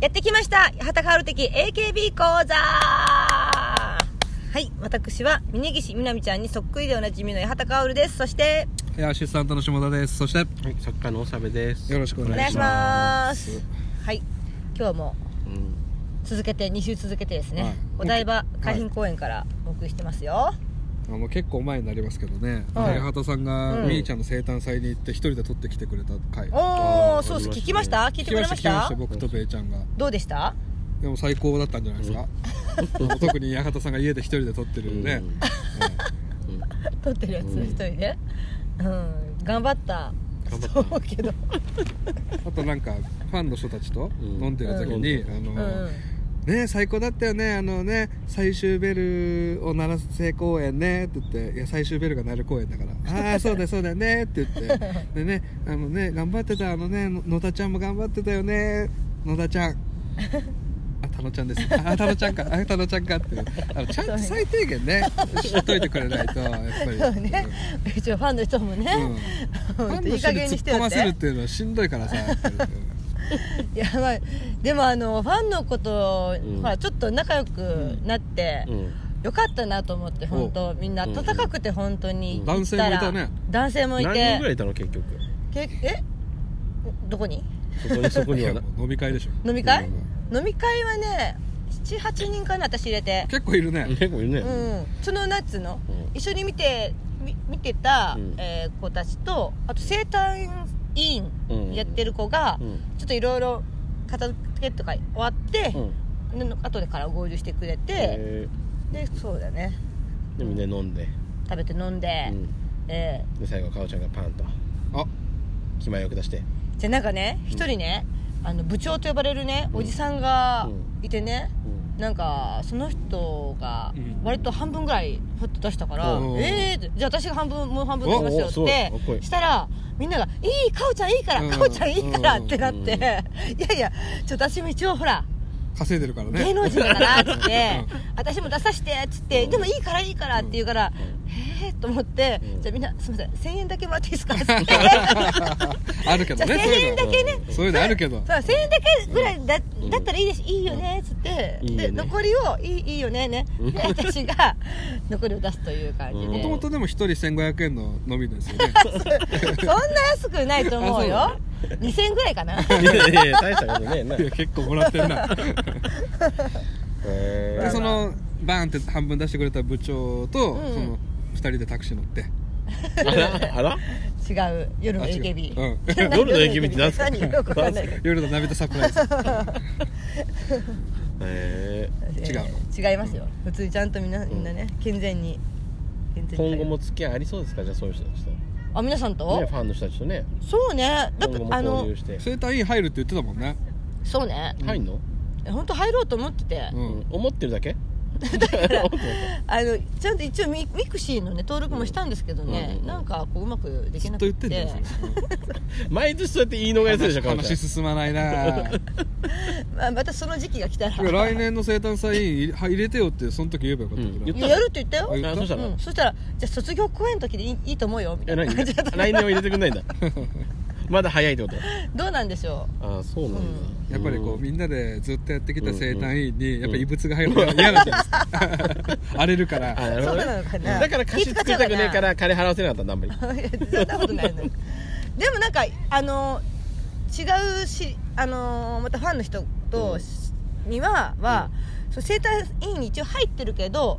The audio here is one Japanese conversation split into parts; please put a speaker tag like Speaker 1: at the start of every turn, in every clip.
Speaker 1: やってきました畑薫的 AKB 講座はい私は峯岸みなみちゃんにそっくりでおなじみの八幡薫ですそして
Speaker 2: えーアシスタントの下田ですそしてよ
Speaker 3: はい、作家のおさめです。
Speaker 2: ろしくお
Speaker 1: お
Speaker 2: 願
Speaker 1: 願い
Speaker 2: い
Speaker 1: し
Speaker 2: しま
Speaker 1: ますはい今日も
Speaker 3: うん、
Speaker 1: 続けて2週続けてですね、
Speaker 2: はい
Speaker 1: お台場
Speaker 2: い
Speaker 1: 海浜公園からお送りしてますよ、
Speaker 2: すあの結構前になりますけどね
Speaker 1: はい
Speaker 2: 八幡さんが
Speaker 1: うん
Speaker 2: みーちゃんの生誕祭に行って一人で撮ってきてくれた回
Speaker 1: おお
Speaker 3: あー
Speaker 1: そうです
Speaker 3: あり
Speaker 1: 聞
Speaker 3: ましたね
Speaker 1: きました聞いてくれました
Speaker 2: 聞きました僕とベイちゃんが
Speaker 1: どうでした
Speaker 2: でも最高だったんじゃないですかあの特に八幡さんが 家で一人で撮ってるんで
Speaker 3: うん
Speaker 1: 撮ってるやつ、
Speaker 3: うん
Speaker 1: 一人でうん頑張った
Speaker 3: 頑張った
Speaker 1: と思うけど
Speaker 2: あとなんかファンの人たちと
Speaker 3: うん
Speaker 2: 飲んでる時に
Speaker 3: うん
Speaker 2: あ
Speaker 1: う
Speaker 2: の
Speaker 1: んうん
Speaker 2: ね最高だったよねあのね最終ベルを鳴らす成公演ねって言っていや最終ベルが鳴る公演 だからああそうだよそうだよねって言ってでねあのね頑張ってたあのねの野田ちゃんも頑張ってたよね野田ち ゃんあたのちゃんですあたのちゃんかあたのちゃんかってあのちゃんと最低限ね知っといてくれないとやっ
Speaker 1: そ
Speaker 2: ぱ
Speaker 1: う
Speaker 2: り
Speaker 1: ね一応ファンの人もね、
Speaker 2: うん フ
Speaker 1: うん
Speaker 2: ァン
Speaker 1: い
Speaker 2: の
Speaker 1: い
Speaker 2: 人
Speaker 1: 加
Speaker 2: に
Speaker 1: 減
Speaker 2: 突
Speaker 1: に
Speaker 2: っ
Speaker 1: してよ
Speaker 2: 込
Speaker 1: っ
Speaker 2: ま
Speaker 1: て
Speaker 2: せるっていうのはしんどいからさやっぱ り
Speaker 1: やばいでもあのファンのこと、
Speaker 3: うん
Speaker 1: ほらちょっと仲良くなって、
Speaker 3: うん、
Speaker 1: よかったなと思って本当みんな温かくて本当に
Speaker 3: うん
Speaker 2: 男性もいたね
Speaker 1: 男性もい
Speaker 3: 何人ぐら
Speaker 1: て
Speaker 3: いいたの結局。
Speaker 1: けえどこに
Speaker 3: そこにそこ
Speaker 2: い
Speaker 3: に
Speaker 2: や
Speaker 3: は
Speaker 2: も
Speaker 3: な。
Speaker 2: う飲み会でしょ
Speaker 1: 飲み会、
Speaker 2: う
Speaker 1: 飲み会はね78人かな私入れて
Speaker 2: 結構いるね
Speaker 3: 結構いるね。
Speaker 1: うんそのなんつうの、
Speaker 3: うん
Speaker 1: 一緒に見てみ見てた、
Speaker 3: うん
Speaker 1: えー子たちとあと生誕委員やってる子が、
Speaker 3: うん。
Speaker 1: ちょっといろいろ片付けとか終わって、
Speaker 3: うん。
Speaker 1: で後でから合流してくれて、
Speaker 3: え
Speaker 1: でそうだね
Speaker 3: ーでみんな飲んで、
Speaker 1: 食べて飲んで、
Speaker 3: うん、
Speaker 1: え
Speaker 3: で最後かおちゃんがパンと
Speaker 2: あ
Speaker 3: 気前よく出して。
Speaker 1: ーじゃあなんかね一人ね、あの部長と呼ばれるね
Speaker 3: うん
Speaker 1: おじさんが
Speaker 3: う
Speaker 1: いてね、
Speaker 3: うん
Speaker 1: なんかその人が
Speaker 2: うん
Speaker 1: 割と半分ぐらいふっと出したから「
Speaker 2: おう
Speaker 1: ええー、じゃあ私が半分もう半分飲みます
Speaker 3: お
Speaker 1: よ」
Speaker 3: うお
Speaker 1: って
Speaker 3: うすごいかっこいい
Speaker 1: したらみんなが「いいかおちゃんいいから
Speaker 2: うん
Speaker 1: かおちゃんいいから」ってなっ
Speaker 3: うん
Speaker 1: て「いやいやちょっと私も一応ほら
Speaker 2: 稼いでるからね
Speaker 1: 芸能人だから」っつって
Speaker 2: う
Speaker 1: 「私も出させて」っつって「
Speaker 3: うん
Speaker 1: でもいいからいいから」って言うから「へえ」と思って
Speaker 3: う
Speaker 1: 「
Speaker 3: ん
Speaker 1: じゃあみんなすみません1000円だけもらっていいですか」っつって
Speaker 2: あるけどね
Speaker 1: じゃあ
Speaker 2: そう
Speaker 1: 1000
Speaker 2: いうの
Speaker 1: 円だけね
Speaker 2: うんそういうのあるけど
Speaker 1: そう1000円だけぐらいだ,、
Speaker 3: ん
Speaker 1: だったらいいですいいよねっつって、
Speaker 3: うんいいよ
Speaker 1: で
Speaker 3: ね
Speaker 1: 残りをいいいいよねね
Speaker 3: うん
Speaker 1: で私が残りを出すという感じで、
Speaker 3: うん
Speaker 2: もともとでも一人1500円の飲みですよね
Speaker 1: そんな安くないと思うよ
Speaker 2: あ
Speaker 1: 2000円ぐらいかな
Speaker 3: いやいやいや大したことねえな。
Speaker 2: いや結構もらってんな
Speaker 3: え
Speaker 2: で
Speaker 3: ー
Speaker 2: そのバーンって半分出してくれた部長と、
Speaker 1: うん
Speaker 2: その2人でタクシー乗って
Speaker 3: あら あら。
Speaker 1: 違う夜の
Speaker 2: あ違う
Speaker 1: AKB
Speaker 2: うん
Speaker 1: 何
Speaker 3: 夜の AKB って何すか
Speaker 1: 何よくわかんないけど
Speaker 2: 夜の涙サプライ ズ違う
Speaker 3: え
Speaker 1: えー違いますよ普通にちゃんとみんなみんなね健全に健
Speaker 3: ー
Speaker 1: 全に
Speaker 3: 今後も付き合いありそうですかじゃあそういう人たちと。ね
Speaker 1: あ皆さん
Speaker 3: フ
Speaker 1: と、
Speaker 3: ァンの人たちとね。
Speaker 1: そうねだっ
Speaker 3: 今後
Speaker 1: て
Speaker 3: も
Speaker 1: あの
Speaker 3: 交流して。
Speaker 2: 生誕院入るって言ってたもんね
Speaker 1: そうね
Speaker 3: 入んの？
Speaker 1: 本当入ろうと思ってて、
Speaker 2: う
Speaker 3: うんん。思ってるだけ？
Speaker 1: あのちゃんと一応ミミクシーのね登録もしたんですけどね、
Speaker 3: うん
Speaker 1: なんかこううまくで
Speaker 2: ず
Speaker 1: き
Speaker 2: っ
Speaker 1: な
Speaker 2: と
Speaker 1: くて
Speaker 2: 言ってんだよそれ
Speaker 3: 毎年そうやって言い逃れするでしょかおちゃん
Speaker 2: 話。進まないない
Speaker 1: まあ、またその時期が来たら
Speaker 2: や 来年の生誕祭院入れてよってその時言えばよかったけ
Speaker 3: うん
Speaker 2: ど、
Speaker 3: 言っ
Speaker 1: いややるって言ったよ
Speaker 2: あ言っ
Speaker 3: あそしたら
Speaker 1: うん、そしたらじゃあ卒業公演の時でいいいいと思うよみた
Speaker 3: え
Speaker 1: いな
Speaker 3: 何
Speaker 1: 感じだった
Speaker 3: 来年は入れてくんないんだまだ早いってこと
Speaker 1: どうなんでしょ
Speaker 3: ああそうなんだ、
Speaker 2: やっぱりこうみんなでずっとやってきた生誕院に
Speaker 3: ん
Speaker 2: やっぱ異物が入るのが嫌なんじゃないですか荒れるか
Speaker 3: あ
Speaker 2: ら
Speaker 3: なるほどね
Speaker 1: そうなのかな
Speaker 3: だから貸し作りたくねえから金払わせなかったんだあんまり
Speaker 1: う いやそんなことないのよでもなんかあの違うしあのまたファンの人と、
Speaker 3: うん
Speaker 1: にはは、そう生体院に一応入ってるけど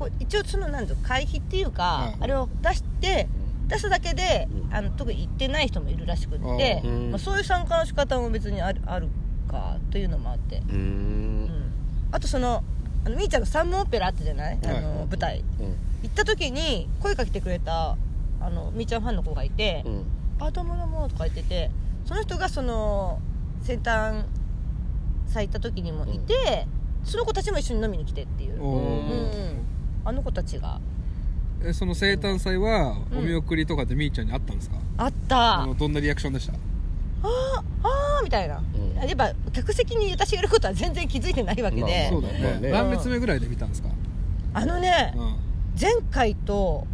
Speaker 1: こう一応そのなんぞ会費っていうか、
Speaker 2: うん
Speaker 1: あれを出して出すだけで、
Speaker 3: うん
Speaker 1: あの特に行ってない人もいるらしくって、
Speaker 2: あ
Speaker 3: ーうん
Speaker 1: まあ、そういう参加の仕方も別にあるあるかというのもあって、
Speaker 3: うー
Speaker 1: うん
Speaker 3: ん
Speaker 1: あとそのあのみーちゃんの三門オペラあったじゃない、あ
Speaker 2: は
Speaker 1: の舞台
Speaker 3: うん
Speaker 1: 行った時に声かけてくれたあのみーちゃんファンの子がいて「
Speaker 3: うん
Speaker 1: あどうもどうも」とか言っててその人がその先端咲いた時にもいて、その子たちも一緒に飲みに来てっていう、
Speaker 2: お
Speaker 1: う
Speaker 2: ー
Speaker 1: んあの子たちが
Speaker 2: えその生誕祭は
Speaker 1: うん
Speaker 2: お見送りとかでみーちゃんに会ったんですか、
Speaker 1: あっ
Speaker 2: あ
Speaker 1: た
Speaker 2: のどんなリアクションでした
Speaker 1: あーみたいな、
Speaker 3: ん
Speaker 1: やっぱ客席に私がいることは全然気づいてないわけで、
Speaker 3: まあ
Speaker 2: そうだよ
Speaker 3: まあ
Speaker 2: ね
Speaker 3: ね
Speaker 2: 何列目ぐらいで見たんですか、
Speaker 1: あのね、
Speaker 2: うん
Speaker 1: 前回と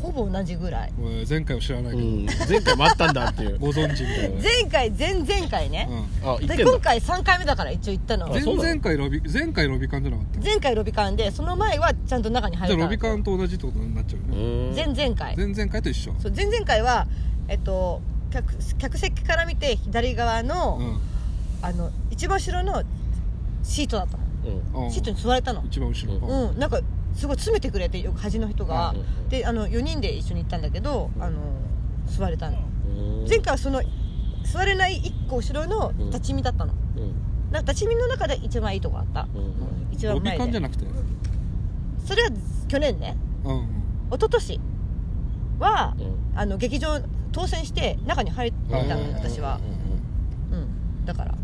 Speaker 1: ほぼ同じぐらい
Speaker 2: えー前回は知らないうけど、
Speaker 3: ん前回もあったんだっていう
Speaker 2: ご存知みたいな、うん
Speaker 1: 前回前々回ね、
Speaker 3: あ言っ
Speaker 1: で
Speaker 3: てんだ
Speaker 1: 今回3回目だから一応行ったの
Speaker 3: あそ
Speaker 2: 前
Speaker 3: うなの
Speaker 2: 前回ロビ前回ロビカンじゃなかった
Speaker 1: 前回ロビカンでその前はちゃんと中に入
Speaker 2: じ
Speaker 1: れ
Speaker 2: ゃあ
Speaker 1: た
Speaker 2: ロビカンと同じってことになっちゃうよ
Speaker 3: う
Speaker 2: ね、
Speaker 3: ーん
Speaker 1: 前々回
Speaker 2: 前々回と一緒
Speaker 1: そう前々回はえっと客客席から見て左側の,、
Speaker 2: う
Speaker 1: あの一番後ろのシートだったの
Speaker 3: うん
Speaker 2: んうん
Speaker 1: シートに座れたの
Speaker 2: 一番後ろ、
Speaker 3: う
Speaker 1: うんなんかすごい詰めてくれてよく端の人が、
Speaker 3: うんうんうん
Speaker 1: であの4人で一緒に行ったんだけどあの座れたの
Speaker 3: うん
Speaker 1: 前回はその座れない1個後ろの立ち見だったの、
Speaker 3: うん
Speaker 1: なんか立ち見の中で一番いいとこあった、
Speaker 3: うん
Speaker 1: うん一
Speaker 2: ロ
Speaker 1: 番
Speaker 2: ビ
Speaker 1: 前
Speaker 2: カンじゃ
Speaker 1: で
Speaker 2: なくてう
Speaker 1: それは去年ね
Speaker 2: んうん
Speaker 1: 一昨年は
Speaker 3: う、ん
Speaker 1: あの劇場当選して中に入った
Speaker 2: うん
Speaker 1: の
Speaker 2: うん
Speaker 1: よ私はうんだから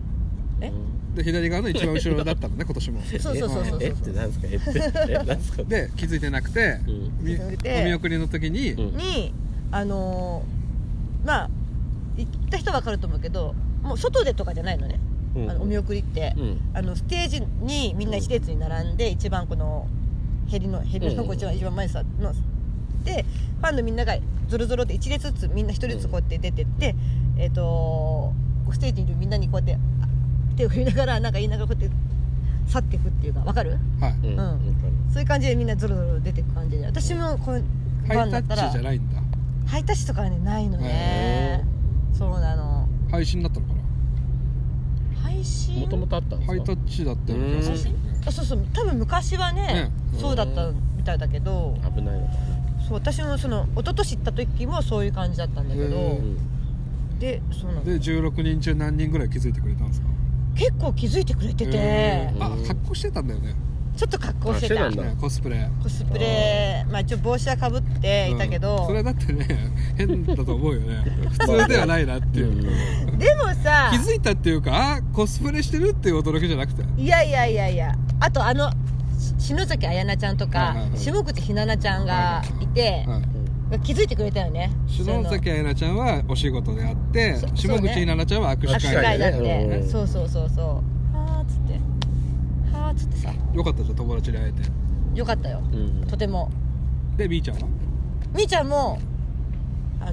Speaker 1: え
Speaker 3: うん
Speaker 2: で左側の一番後ろだった のね今年も
Speaker 1: そうそうそうそうそう
Speaker 3: ええってなんですかえってえなんですか
Speaker 2: で気づいてなくて、
Speaker 3: うん
Speaker 2: み
Speaker 1: 気づいて
Speaker 2: お見送りの時に、
Speaker 3: うん
Speaker 1: にあのーまあ行った人は分かると思うけどもう外でとかじゃないのね、
Speaker 3: うん
Speaker 1: あのお見送りって、
Speaker 3: うん
Speaker 1: あのステージにみんな一列に並んで一番このヘリのヘリの
Speaker 3: うん
Speaker 1: こっちは一番前さのでファンのみんながゾロゾロって一列ずつみんな一人ずつこうやって出てって、えっ、とステージにいるみんなにこうやってあ手を振りながらなんか言いながらこうやって去っていくっていうかわかる
Speaker 2: はい、
Speaker 3: うん
Speaker 1: うんそういう感じでみんなゾロゾロ出てく感じで私もこうフ
Speaker 2: ハ
Speaker 1: ァ
Speaker 2: イ
Speaker 1: ンだ
Speaker 2: タ
Speaker 1: った
Speaker 2: ッチ
Speaker 1: ら
Speaker 2: じゃないんだ
Speaker 1: ハイタッチとかはねないのねそうなの
Speaker 2: 配信だったのかな
Speaker 1: 配信
Speaker 3: もともとあったんですか
Speaker 2: ハイタッチだったような気がするけどね
Speaker 1: あそうそう多分昔はね、
Speaker 3: うん
Speaker 1: そうだったみたいだけど
Speaker 3: 危ないのか
Speaker 1: そう私もその一昨年行った時もそういう感じだったんだけど、
Speaker 2: へ
Speaker 3: な
Speaker 2: ー
Speaker 1: でそうなの
Speaker 2: で16人中何人ぐらい気づいてくれたんですか
Speaker 1: 結構気づいてくれてて
Speaker 2: へーあ格好してたんだよね
Speaker 1: ちょっと格好して
Speaker 3: あして
Speaker 1: た
Speaker 3: たんだ
Speaker 2: ねコスプレ
Speaker 1: コスプレまあ一応帽子はかぶっていたけど、
Speaker 2: うんそれはだってね 変だと思うよ ね普通ではないなっていう、
Speaker 3: うん
Speaker 1: でもさ
Speaker 2: 気づいたっていうかあコスプレしてるっていう驚きじゃなくて
Speaker 1: いやいやいやいやあとあのし篠崎彩菜ちゃんとか、
Speaker 2: はいはいはい
Speaker 1: 下口ひななちゃんがいて、
Speaker 2: はい
Speaker 1: 気づいてくれたよね
Speaker 2: 篠崎彩菜ちゃんはお仕事であって
Speaker 1: そ
Speaker 2: 下
Speaker 1: そう
Speaker 2: 口
Speaker 1: ね
Speaker 2: 奈々ちゃんは握
Speaker 1: 握
Speaker 2: 手
Speaker 1: 手
Speaker 2: 会
Speaker 1: 会だ
Speaker 2: で
Speaker 1: って、
Speaker 3: ねうん
Speaker 1: そうそうそうそうはあっつってはあっつってさ
Speaker 2: よかったじゃん友達に会えて
Speaker 1: よかったよ
Speaker 3: うんうん
Speaker 1: とても
Speaker 2: でみーちゃんは
Speaker 1: みーちゃんもあの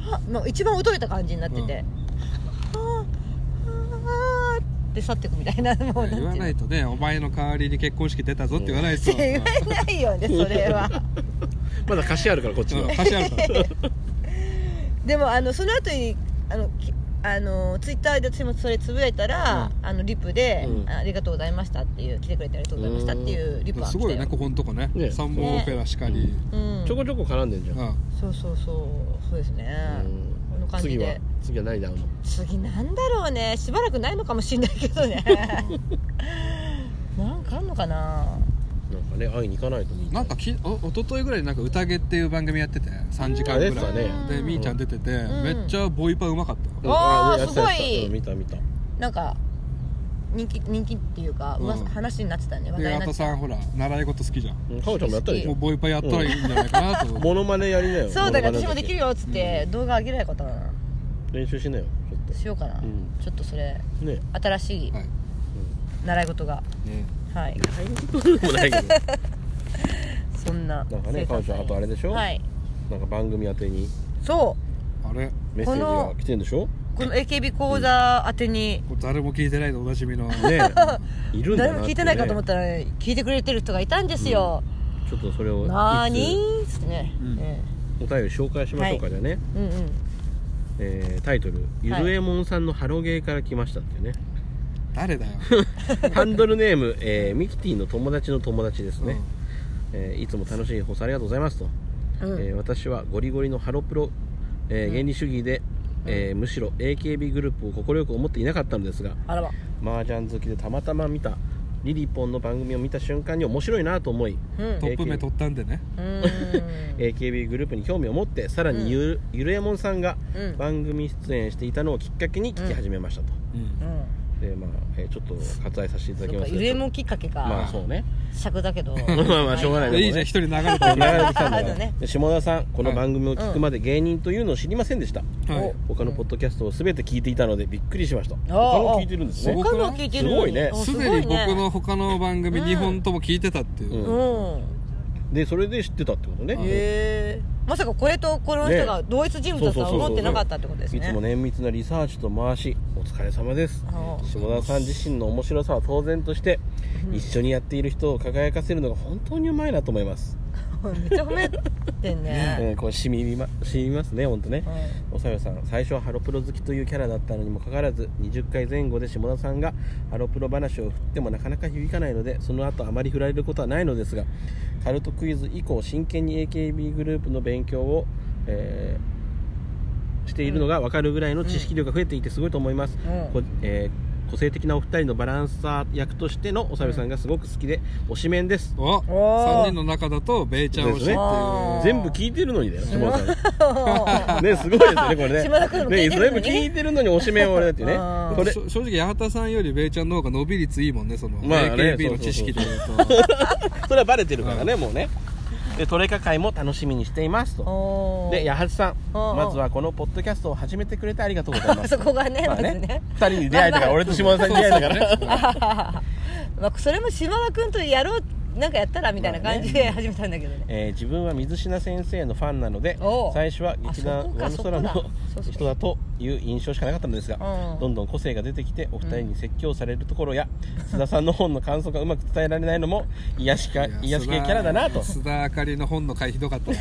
Speaker 1: ーはもう一番驚いた感じになってて、はあはあって去ってくみたいな もうなんて
Speaker 2: 言わないいうとねお前の代わりに結婚式出たぞって言わないと
Speaker 1: の言わないよねそれ は
Speaker 3: まだ貸しあるからこっち
Speaker 2: うん
Speaker 3: の
Speaker 2: 貸しあるから
Speaker 1: でもあのその後にあのきあのツイッターで私もそれつぶやいたら、あのリプで、
Speaker 3: うん
Speaker 1: あ「ありがとうございました」っていう「来てくれてありがとうございました」っていうリプは来
Speaker 2: す
Speaker 1: た
Speaker 2: ごいよねここのとこね
Speaker 3: ね
Speaker 2: 三本オペラしかり、
Speaker 1: うん
Speaker 3: ちょこちょこ絡んでんじゃん
Speaker 2: うん
Speaker 1: そうそうそうそうですね
Speaker 3: うん
Speaker 1: この感じ
Speaker 3: 次は
Speaker 1: で
Speaker 3: 次は何だろうの
Speaker 1: 次なんだろうねしばらくないのかもしんないけど ねなんかあんのかな
Speaker 3: なんかね会いに行かないとみ
Speaker 2: なんかきお一昨日ぐらいになんか宴っていう番組やってて3時間ぐらい
Speaker 3: あやってた
Speaker 1: ね
Speaker 2: でみーちゃん出てて、
Speaker 1: ん
Speaker 2: めっちゃボイパうまかった
Speaker 3: うん
Speaker 2: よ、
Speaker 1: あー
Speaker 3: やってたやって
Speaker 1: す
Speaker 3: た
Speaker 1: ごい
Speaker 3: うん見た見た
Speaker 1: なんか人気人気っていうか、
Speaker 2: うん
Speaker 1: 噂話になってたね話
Speaker 2: で
Speaker 1: 題
Speaker 2: あ
Speaker 1: にな
Speaker 2: と
Speaker 1: ってた
Speaker 2: さんほら習い事好きじゃん
Speaker 3: うんかおちゃんもやったでし
Speaker 2: もう
Speaker 3: ょ
Speaker 2: ボイパやったらいいんじゃないかなと思
Speaker 3: モノマネやりなよ
Speaker 1: そうだから
Speaker 3: モ
Speaker 1: 私
Speaker 3: ノ
Speaker 1: も
Speaker 3: マネの時
Speaker 1: できるよっつって、動画上げられなかったな
Speaker 3: 練習しなよちょっ
Speaker 1: しようかな、
Speaker 3: うん
Speaker 1: ちょっとそれ
Speaker 3: とね
Speaker 1: 新しい
Speaker 2: はい
Speaker 1: 習い事が
Speaker 2: ね
Speaker 1: はい、
Speaker 3: でもないけど
Speaker 1: そんな
Speaker 3: なんかね
Speaker 1: 生
Speaker 3: かお
Speaker 1: 活
Speaker 3: ちゃんあとあれでしょ
Speaker 1: はい
Speaker 3: なんか番組宛てに
Speaker 1: そう
Speaker 2: あれ
Speaker 3: メッセージが来てんでしょ
Speaker 1: この AKB 講座宛てに、
Speaker 2: こう誰も聞いてないでおなじみの
Speaker 3: ねえいるんだ
Speaker 1: 誰
Speaker 3: な
Speaker 1: も聞いてないかと思ったたら、聞いてくれてる人がいたんですよ、
Speaker 3: ちょっとそれをいつ
Speaker 1: なーにーっつってね、
Speaker 2: うん
Speaker 1: ね
Speaker 3: お便り紹介しましょうかじゃあね
Speaker 1: うんうん
Speaker 3: えータイトル「ゆるえもんさんのハロゲーから来ました」っていうね
Speaker 2: 誰だよ、
Speaker 3: ハンドルネーム、 えーミキティの友達の友達です
Speaker 2: う
Speaker 3: ね
Speaker 2: ん、
Speaker 3: えーいつも楽しい放送ありがとうございますと、
Speaker 1: うん
Speaker 3: えー私はゴリゴリのハロプロ、えー原理主義で、えーむしろ AKB グループを快く思っていなかったのですが
Speaker 1: あらば
Speaker 3: 麻雀好きでたまたま見たリリポンの番組を見た瞬間に面白いなと思い
Speaker 1: うん
Speaker 2: トップ目取ったんでね
Speaker 1: う ーん
Speaker 3: AKB グループに興味を持ってさらにゆ,、ゆるえもんさんが
Speaker 1: うん
Speaker 3: 番組出演していたのをきっかけに聞き始めましたと、
Speaker 2: うん
Speaker 3: でまあ、えーちょっと割愛させていた
Speaker 1: そ
Speaker 3: だき
Speaker 1: う
Speaker 3: ま
Speaker 1: か
Speaker 3: す
Speaker 1: ゆるえもんきっかけか、
Speaker 3: まあそうね
Speaker 1: 尺だけど
Speaker 3: まあまあしょうがない
Speaker 2: でいいじゃん一人流れてるね、
Speaker 3: 流れてきたんだ
Speaker 1: あの
Speaker 3: から、
Speaker 1: ね
Speaker 3: で下田さんこの番組を聞くまで芸人というのを知りませんでした、
Speaker 2: はい、
Speaker 3: 他のポッドキャストを全て聞いていたのでびっくりしました
Speaker 1: あ
Speaker 3: 他
Speaker 1: ー
Speaker 3: も聞いてるんです
Speaker 2: すご
Speaker 3: ね
Speaker 2: く
Speaker 1: 他の聞いてる
Speaker 3: すごいね
Speaker 1: お
Speaker 2: す
Speaker 1: す
Speaker 2: で
Speaker 1: ご
Speaker 2: に
Speaker 1: いね
Speaker 2: 僕の他の番組
Speaker 1: うん
Speaker 2: 2本とも聞いてたっていう、
Speaker 3: うん
Speaker 1: うん
Speaker 3: でそれで知ってたってことね、
Speaker 1: へえまさかこれとこの人が同一人物だとは思ってなかったってことですね
Speaker 3: いつも綿密なリサーチと回しお疲れ様です
Speaker 1: ああ
Speaker 3: 下田さん自身の面白さは当然として、一緒にやっている人を輝かせるのが本当にうまいなと思います、
Speaker 1: めっちゃ褒めて んね、
Speaker 3: うん、これしみましみますね本当ね
Speaker 1: う、ん
Speaker 3: おさよさん最初はハロプロ好きというキャラだったのにもかかわらず20回前後で下田さんがハロプロ話を振ってもなかなか響かないのでその後あまり振られることはないのですがカルトクイズ以降真剣に AKB グループの勉強を、えーしているのが分かるぐらいの知識量が増えていてすごいと思います、
Speaker 1: うん
Speaker 3: こえー個性的なお二人のバランサー役としてのおさよさんがすごく好きで推しメンです
Speaker 2: お
Speaker 1: おー
Speaker 2: 3人の中だとベイちゃん推しっていう
Speaker 1: あー
Speaker 3: 全部聞いてるのにだよ下田 さんね、すごいですね、これね。
Speaker 1: 島田君の聞いてるのに
Speaker 3: ね全部聞いてるのに推しメンを俺だってね
Speaker 1: あ。ー
Speaker 3: これ
Speaker 2: し、ょ正直八幡さんよりベイちゃんの方が伸び率いいもんねその、
Speaker 3: まあね
Speaker 2: AKB の知識で言うと
Speaker 3: それはバレてるからね、もうね。で、トレカ会も楽しみにしていますと。
Speaker 1: お
Speaker 3: で、
Speaker 1: や
Speaker 3: 八幡さん、
Speaker 1: うんうん
Speaker 3: まずはこのポッドキャストを始めてくれてありがとうございます
Speaker 1: そ。こがね
Speaker 3: ま
Speaker 1: ま
Speaker 3: あ
Speaker 1: ずね
Speaker 3: ね、二人に出会えたから、俺と島田さんに出会えたから。
Speaker 1: まあ、それも島田君とやろうなんかやったらみたいな感じで始めたんだけどね,、
Speaker 3: えー自分は水品先生のファンなので
Speaker 1: おう
Speaker 3: 最初は劇
Speaker 1: あそ
Speaker 3: 団
Speaker 1: こか
Speaker 3: ワン空
Speaker 1: そこ
Speaker 3: の
Speaker 1: だそうそう
Speaker 3: 人だという印象しかなかったのですが
Speaker 1: うん
Speaker 3: どんどん個性が出てきてお二人に説教されるところや須田さんの本の感想がうまく伝えられないのも癒しか癒し系キャラだなと
Speaker 2: 須田あかりの本の回ひどかったな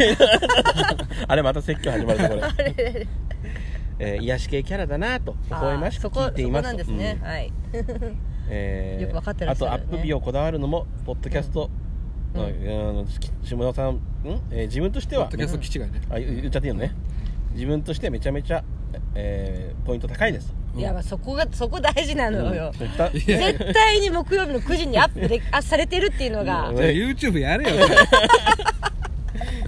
Speaker 3: あれまた説教始まる ぞこ れ、えー、癒し系キャラだなと微
Speaker 1: あー
Speaker 3: 笑ましく
Speaker 1: そこ
Speaker 3: 聞いてい
Speaker 1: そこ
Speaker 3: ます
Speaker 1: なんですね、
Speaker 3: うん
Speaker 1: はい
Speaker 3: えー
Speaker 1: よくわかってら
Speaker 3: あ
Speaker 1: っしゃるよ
Speaker 3: とア
Speaker 1: ね
Speaker 3: ップ日をこだわるのもポッドキャスト、
Speaker 1: う
Speaker 3: うんんうん下田さん、んえー自分として
Speaker 2: ポ
Speaker 3: は
Speaker 2: ッドキャスト基地がね
Speaker 3: あ言言っちゃっていいのね自分としてめちゃめちゃ、えーポイント高いですと
Speaker 1: いやまあそこがそこ大事なのよ、
Speaker 3: うんた
Speaker 2: いやいや
Speaker 1: 絶対に木曜日の9時にアップであされてるっていうのが、
Speaker 3: うん
Speaker 2: じゃあ YouTube やれよ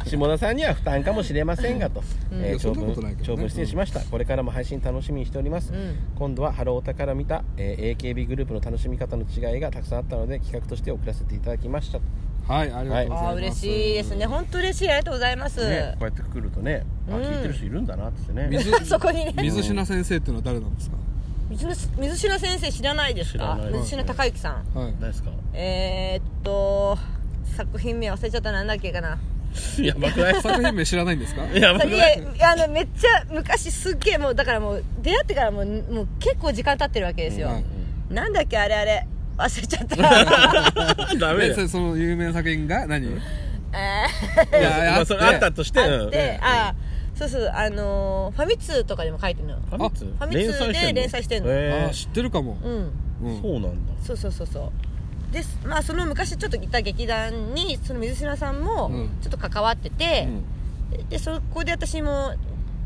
Speaker 3: 下田さんには負担かもしれません がと、
Speaker 2: い
Speaker 3: えー
Speaker 2: やそ
Speaker 3: 長
Speaker 2: んなことない
Speaker 3: 文
Speaker 2: けどね
Speaker 3: 長文失礼しました、これからも配信楽しみにしております、
Speaker 1: うん
Speaker 3: 今度はハロータから見た、えー AKB グループの楽しみ方の違いがたくさんあったので企画として送らせていただきましたと、
Speaker 2: はいありがとうございます、
Speaker 1: ああ嬉しいですね本当嬉しいありがとうございます、
Speaker 3: ね、こうやってくるとね、あ
Speaker 1: うん
Speaker 3: 聞いてる人いるんだなっつってね
Speaker 2: 水
Speaker 1: そこにね
Speaker 2: 水品先生っていうのは誰なんですか
Speaker 1: 水の水品先生知らないです
Speaker 3: 知
Speaker 1: から
Speaker 3: ない
Speaker 1: 水品孝之さん
Speaker 2: はい
Speaker 3: 誰ですか
Speaker 1: えー、っと作品名忘れちゃったなんだっけかな
Speaker 3: やばくない
Speaker 2: 作品名知らないんですか
Speaker 3: やば
Speaker 1: そ
Speaker 3: く
Speaker 1: れ
Speaker 3: ない
Speaker 1: でいやあのめっちゃ昔すっげえもうだからもう出会ってからもうもう結構時間経ってるわけですよ、
Speaker 2: うん
Speaker 1: なんだっけあれあれ忘れちゃった
Speaker 3: ダメ
Speaker 2: え
Speaker 3: だよ
Speaker 2: そその有名な作品が何
Speaker 1: え
Speaker 3: いや
Speaker 2: いや
Speaker 3: まあそれあ
Speaker 2: あ
Speaker 3: っ
Speaker 2: って
Speaker 3: たとして
Speaker 1: ー、で、あーそうそうあのーファミ通とかでも書いてるの
Speaker 3: うんファミ通
Speaker 1: あファミ通で連載してんの
Speaker 3: へ
Speaker 2: ああ
Speaker 3: ー
Speaker 2: 知ってるかも、
Speaker 1: うん
Speaker 2: うん
Speaker 3: そうなんだ
Speaker 1: そうそうそうそうですまあその昔ちょっといた劇団にその水品さんも
Speaker 2: うん
Speaker 1: ちょっと関わってて、
Speaker 3: うん
Speaker 1: でそこで私も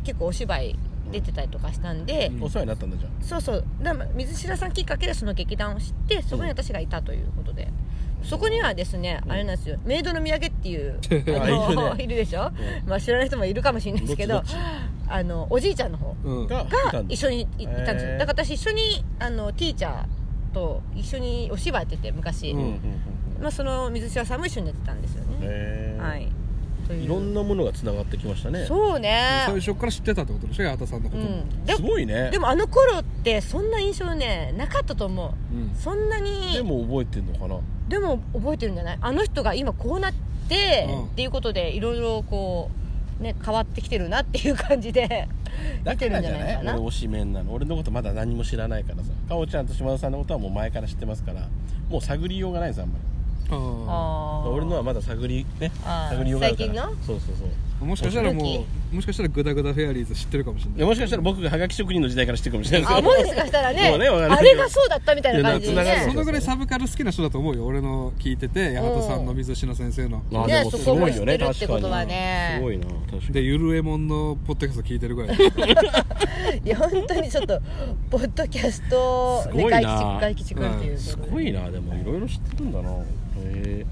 Speaker 1: 結構お芝居出てたりとかしたんで、
Speaker 2: うん
Speaker 3: お世話になったんだじゃん
Speaker 1: そうそうだから水品さんきっかけでその劇団を知ってそこに私がいたということで、そこにはですね、
Speaker 3: うん
Speaker 1: あれなんですよメイドの土産っていうあ
Speaker 3: あいる
Speaker 1: の
Speaker 3: ね
Speaker 1: いるでしょ、まあ、知らない人もいるかもしれないですけど
Speaker 3: どっちどっ
Speaker 1: あのおじいちゃんの方
Speaker 2: うん、
Speaker 3: が
Speaker 1: が一緒にいいたんですよ、
Speaker 3: へー
Speaker 1: だから私一緒にあのティーチャーと一緒にお芝居やってて昔、
Speaker 3: うんうんうん
Speaker 1: まあ、その水島さんも一緒にやってたんですよね、
Speaker 3: へー
Speaker 1: はいとう
Speaker 3: いろんなものがつながってきましたね
Speaker 1: そうね
Speaker 2: 最初から知ってたってことでしょ八幡さんのこ
Speaker 1: う
Speaker 2: とも、
Speaker 1: んです
Speaker 3: ごいね
Speaker 1: でもあの頃ってそんな印象ねなかったと思う
Speaker 2: うん
Speaker 1: そんなに
Speaker 3: でも覚えてんのかな
Speaker 1: でも覚えてるんじゃないあの人が今こうなって、
Speaker 2: うん
Speaker 1: っていうことでいろいろこうね変わってきてるなっていう感じ で見てるんじゃないかな
Speaker 3: 俺推しメンなの俺のことまだ何も知らないからさかおちゃんと島田さんのことはもう前から知ってますからもう探りようがないんですあんまり
Speaker 2: あ
Speaker 1: あー
Speaker 3: 俺のはまだ探りね
Speaker 1: あー
Speaker 3: 探りようがないから
Speaker 1: 最近の
Speaker 3: そうそうそう
Speaker 2: あもしかしたら
Speaker 1: 時
Speaker 2: もうもしかしたらグダグダフェアリーズ知ってるかもしれない
Speaker 3: いやもしかしたら僕がハガキ職人の時代から知ってるかもしれない
Speaker 1: あ
Speaker 3: です
Speaker 1: も
Speaker 3: よ
Speaker 1: しかしたらね
Speaker 3: もうねわかんな
Speaker 1: あ
Speaker 3: いけど
Speaker 1: れがそうだったみたいな感じで
Speaker 3: いや繋が
Speaker 2: そ
Speaker 3: る
Speaker 1: ね
Speaker 2: のぐらいサブカル好きな人だと思うよ俺の聞いてて八幡さんの水品先生の
Speaker 3: あ
Speaker 1: ね
Speaker 3: でも
Speaker 1: そ
Speaker 3: す
Speaker 1: こ
Speaker 3: ご
Speaker 1: も
Speaker 3: い
Speaker 1: 知っ
Speaker 3: よ
Speaker 1: て
Speaker 3: ね
Speaker 1: るってことはね
Speaker 3: すごいな確か
Speaker 2: で
Speaker 3: に
Speaker 2: ゆるえもんのポッドキャスト聞いてるぐらい
Speaker 1: いや本当にちょっとポッドキャスト
Speaker 3: す
Speaker 1: で
Speaker 3: ごいな
Speaker 1: 外吉君外吉君っていう
Speaker 3: す
Speaker 1: ことで
Speaker 3: ごいなでもいろいろ知ってるんだなへえ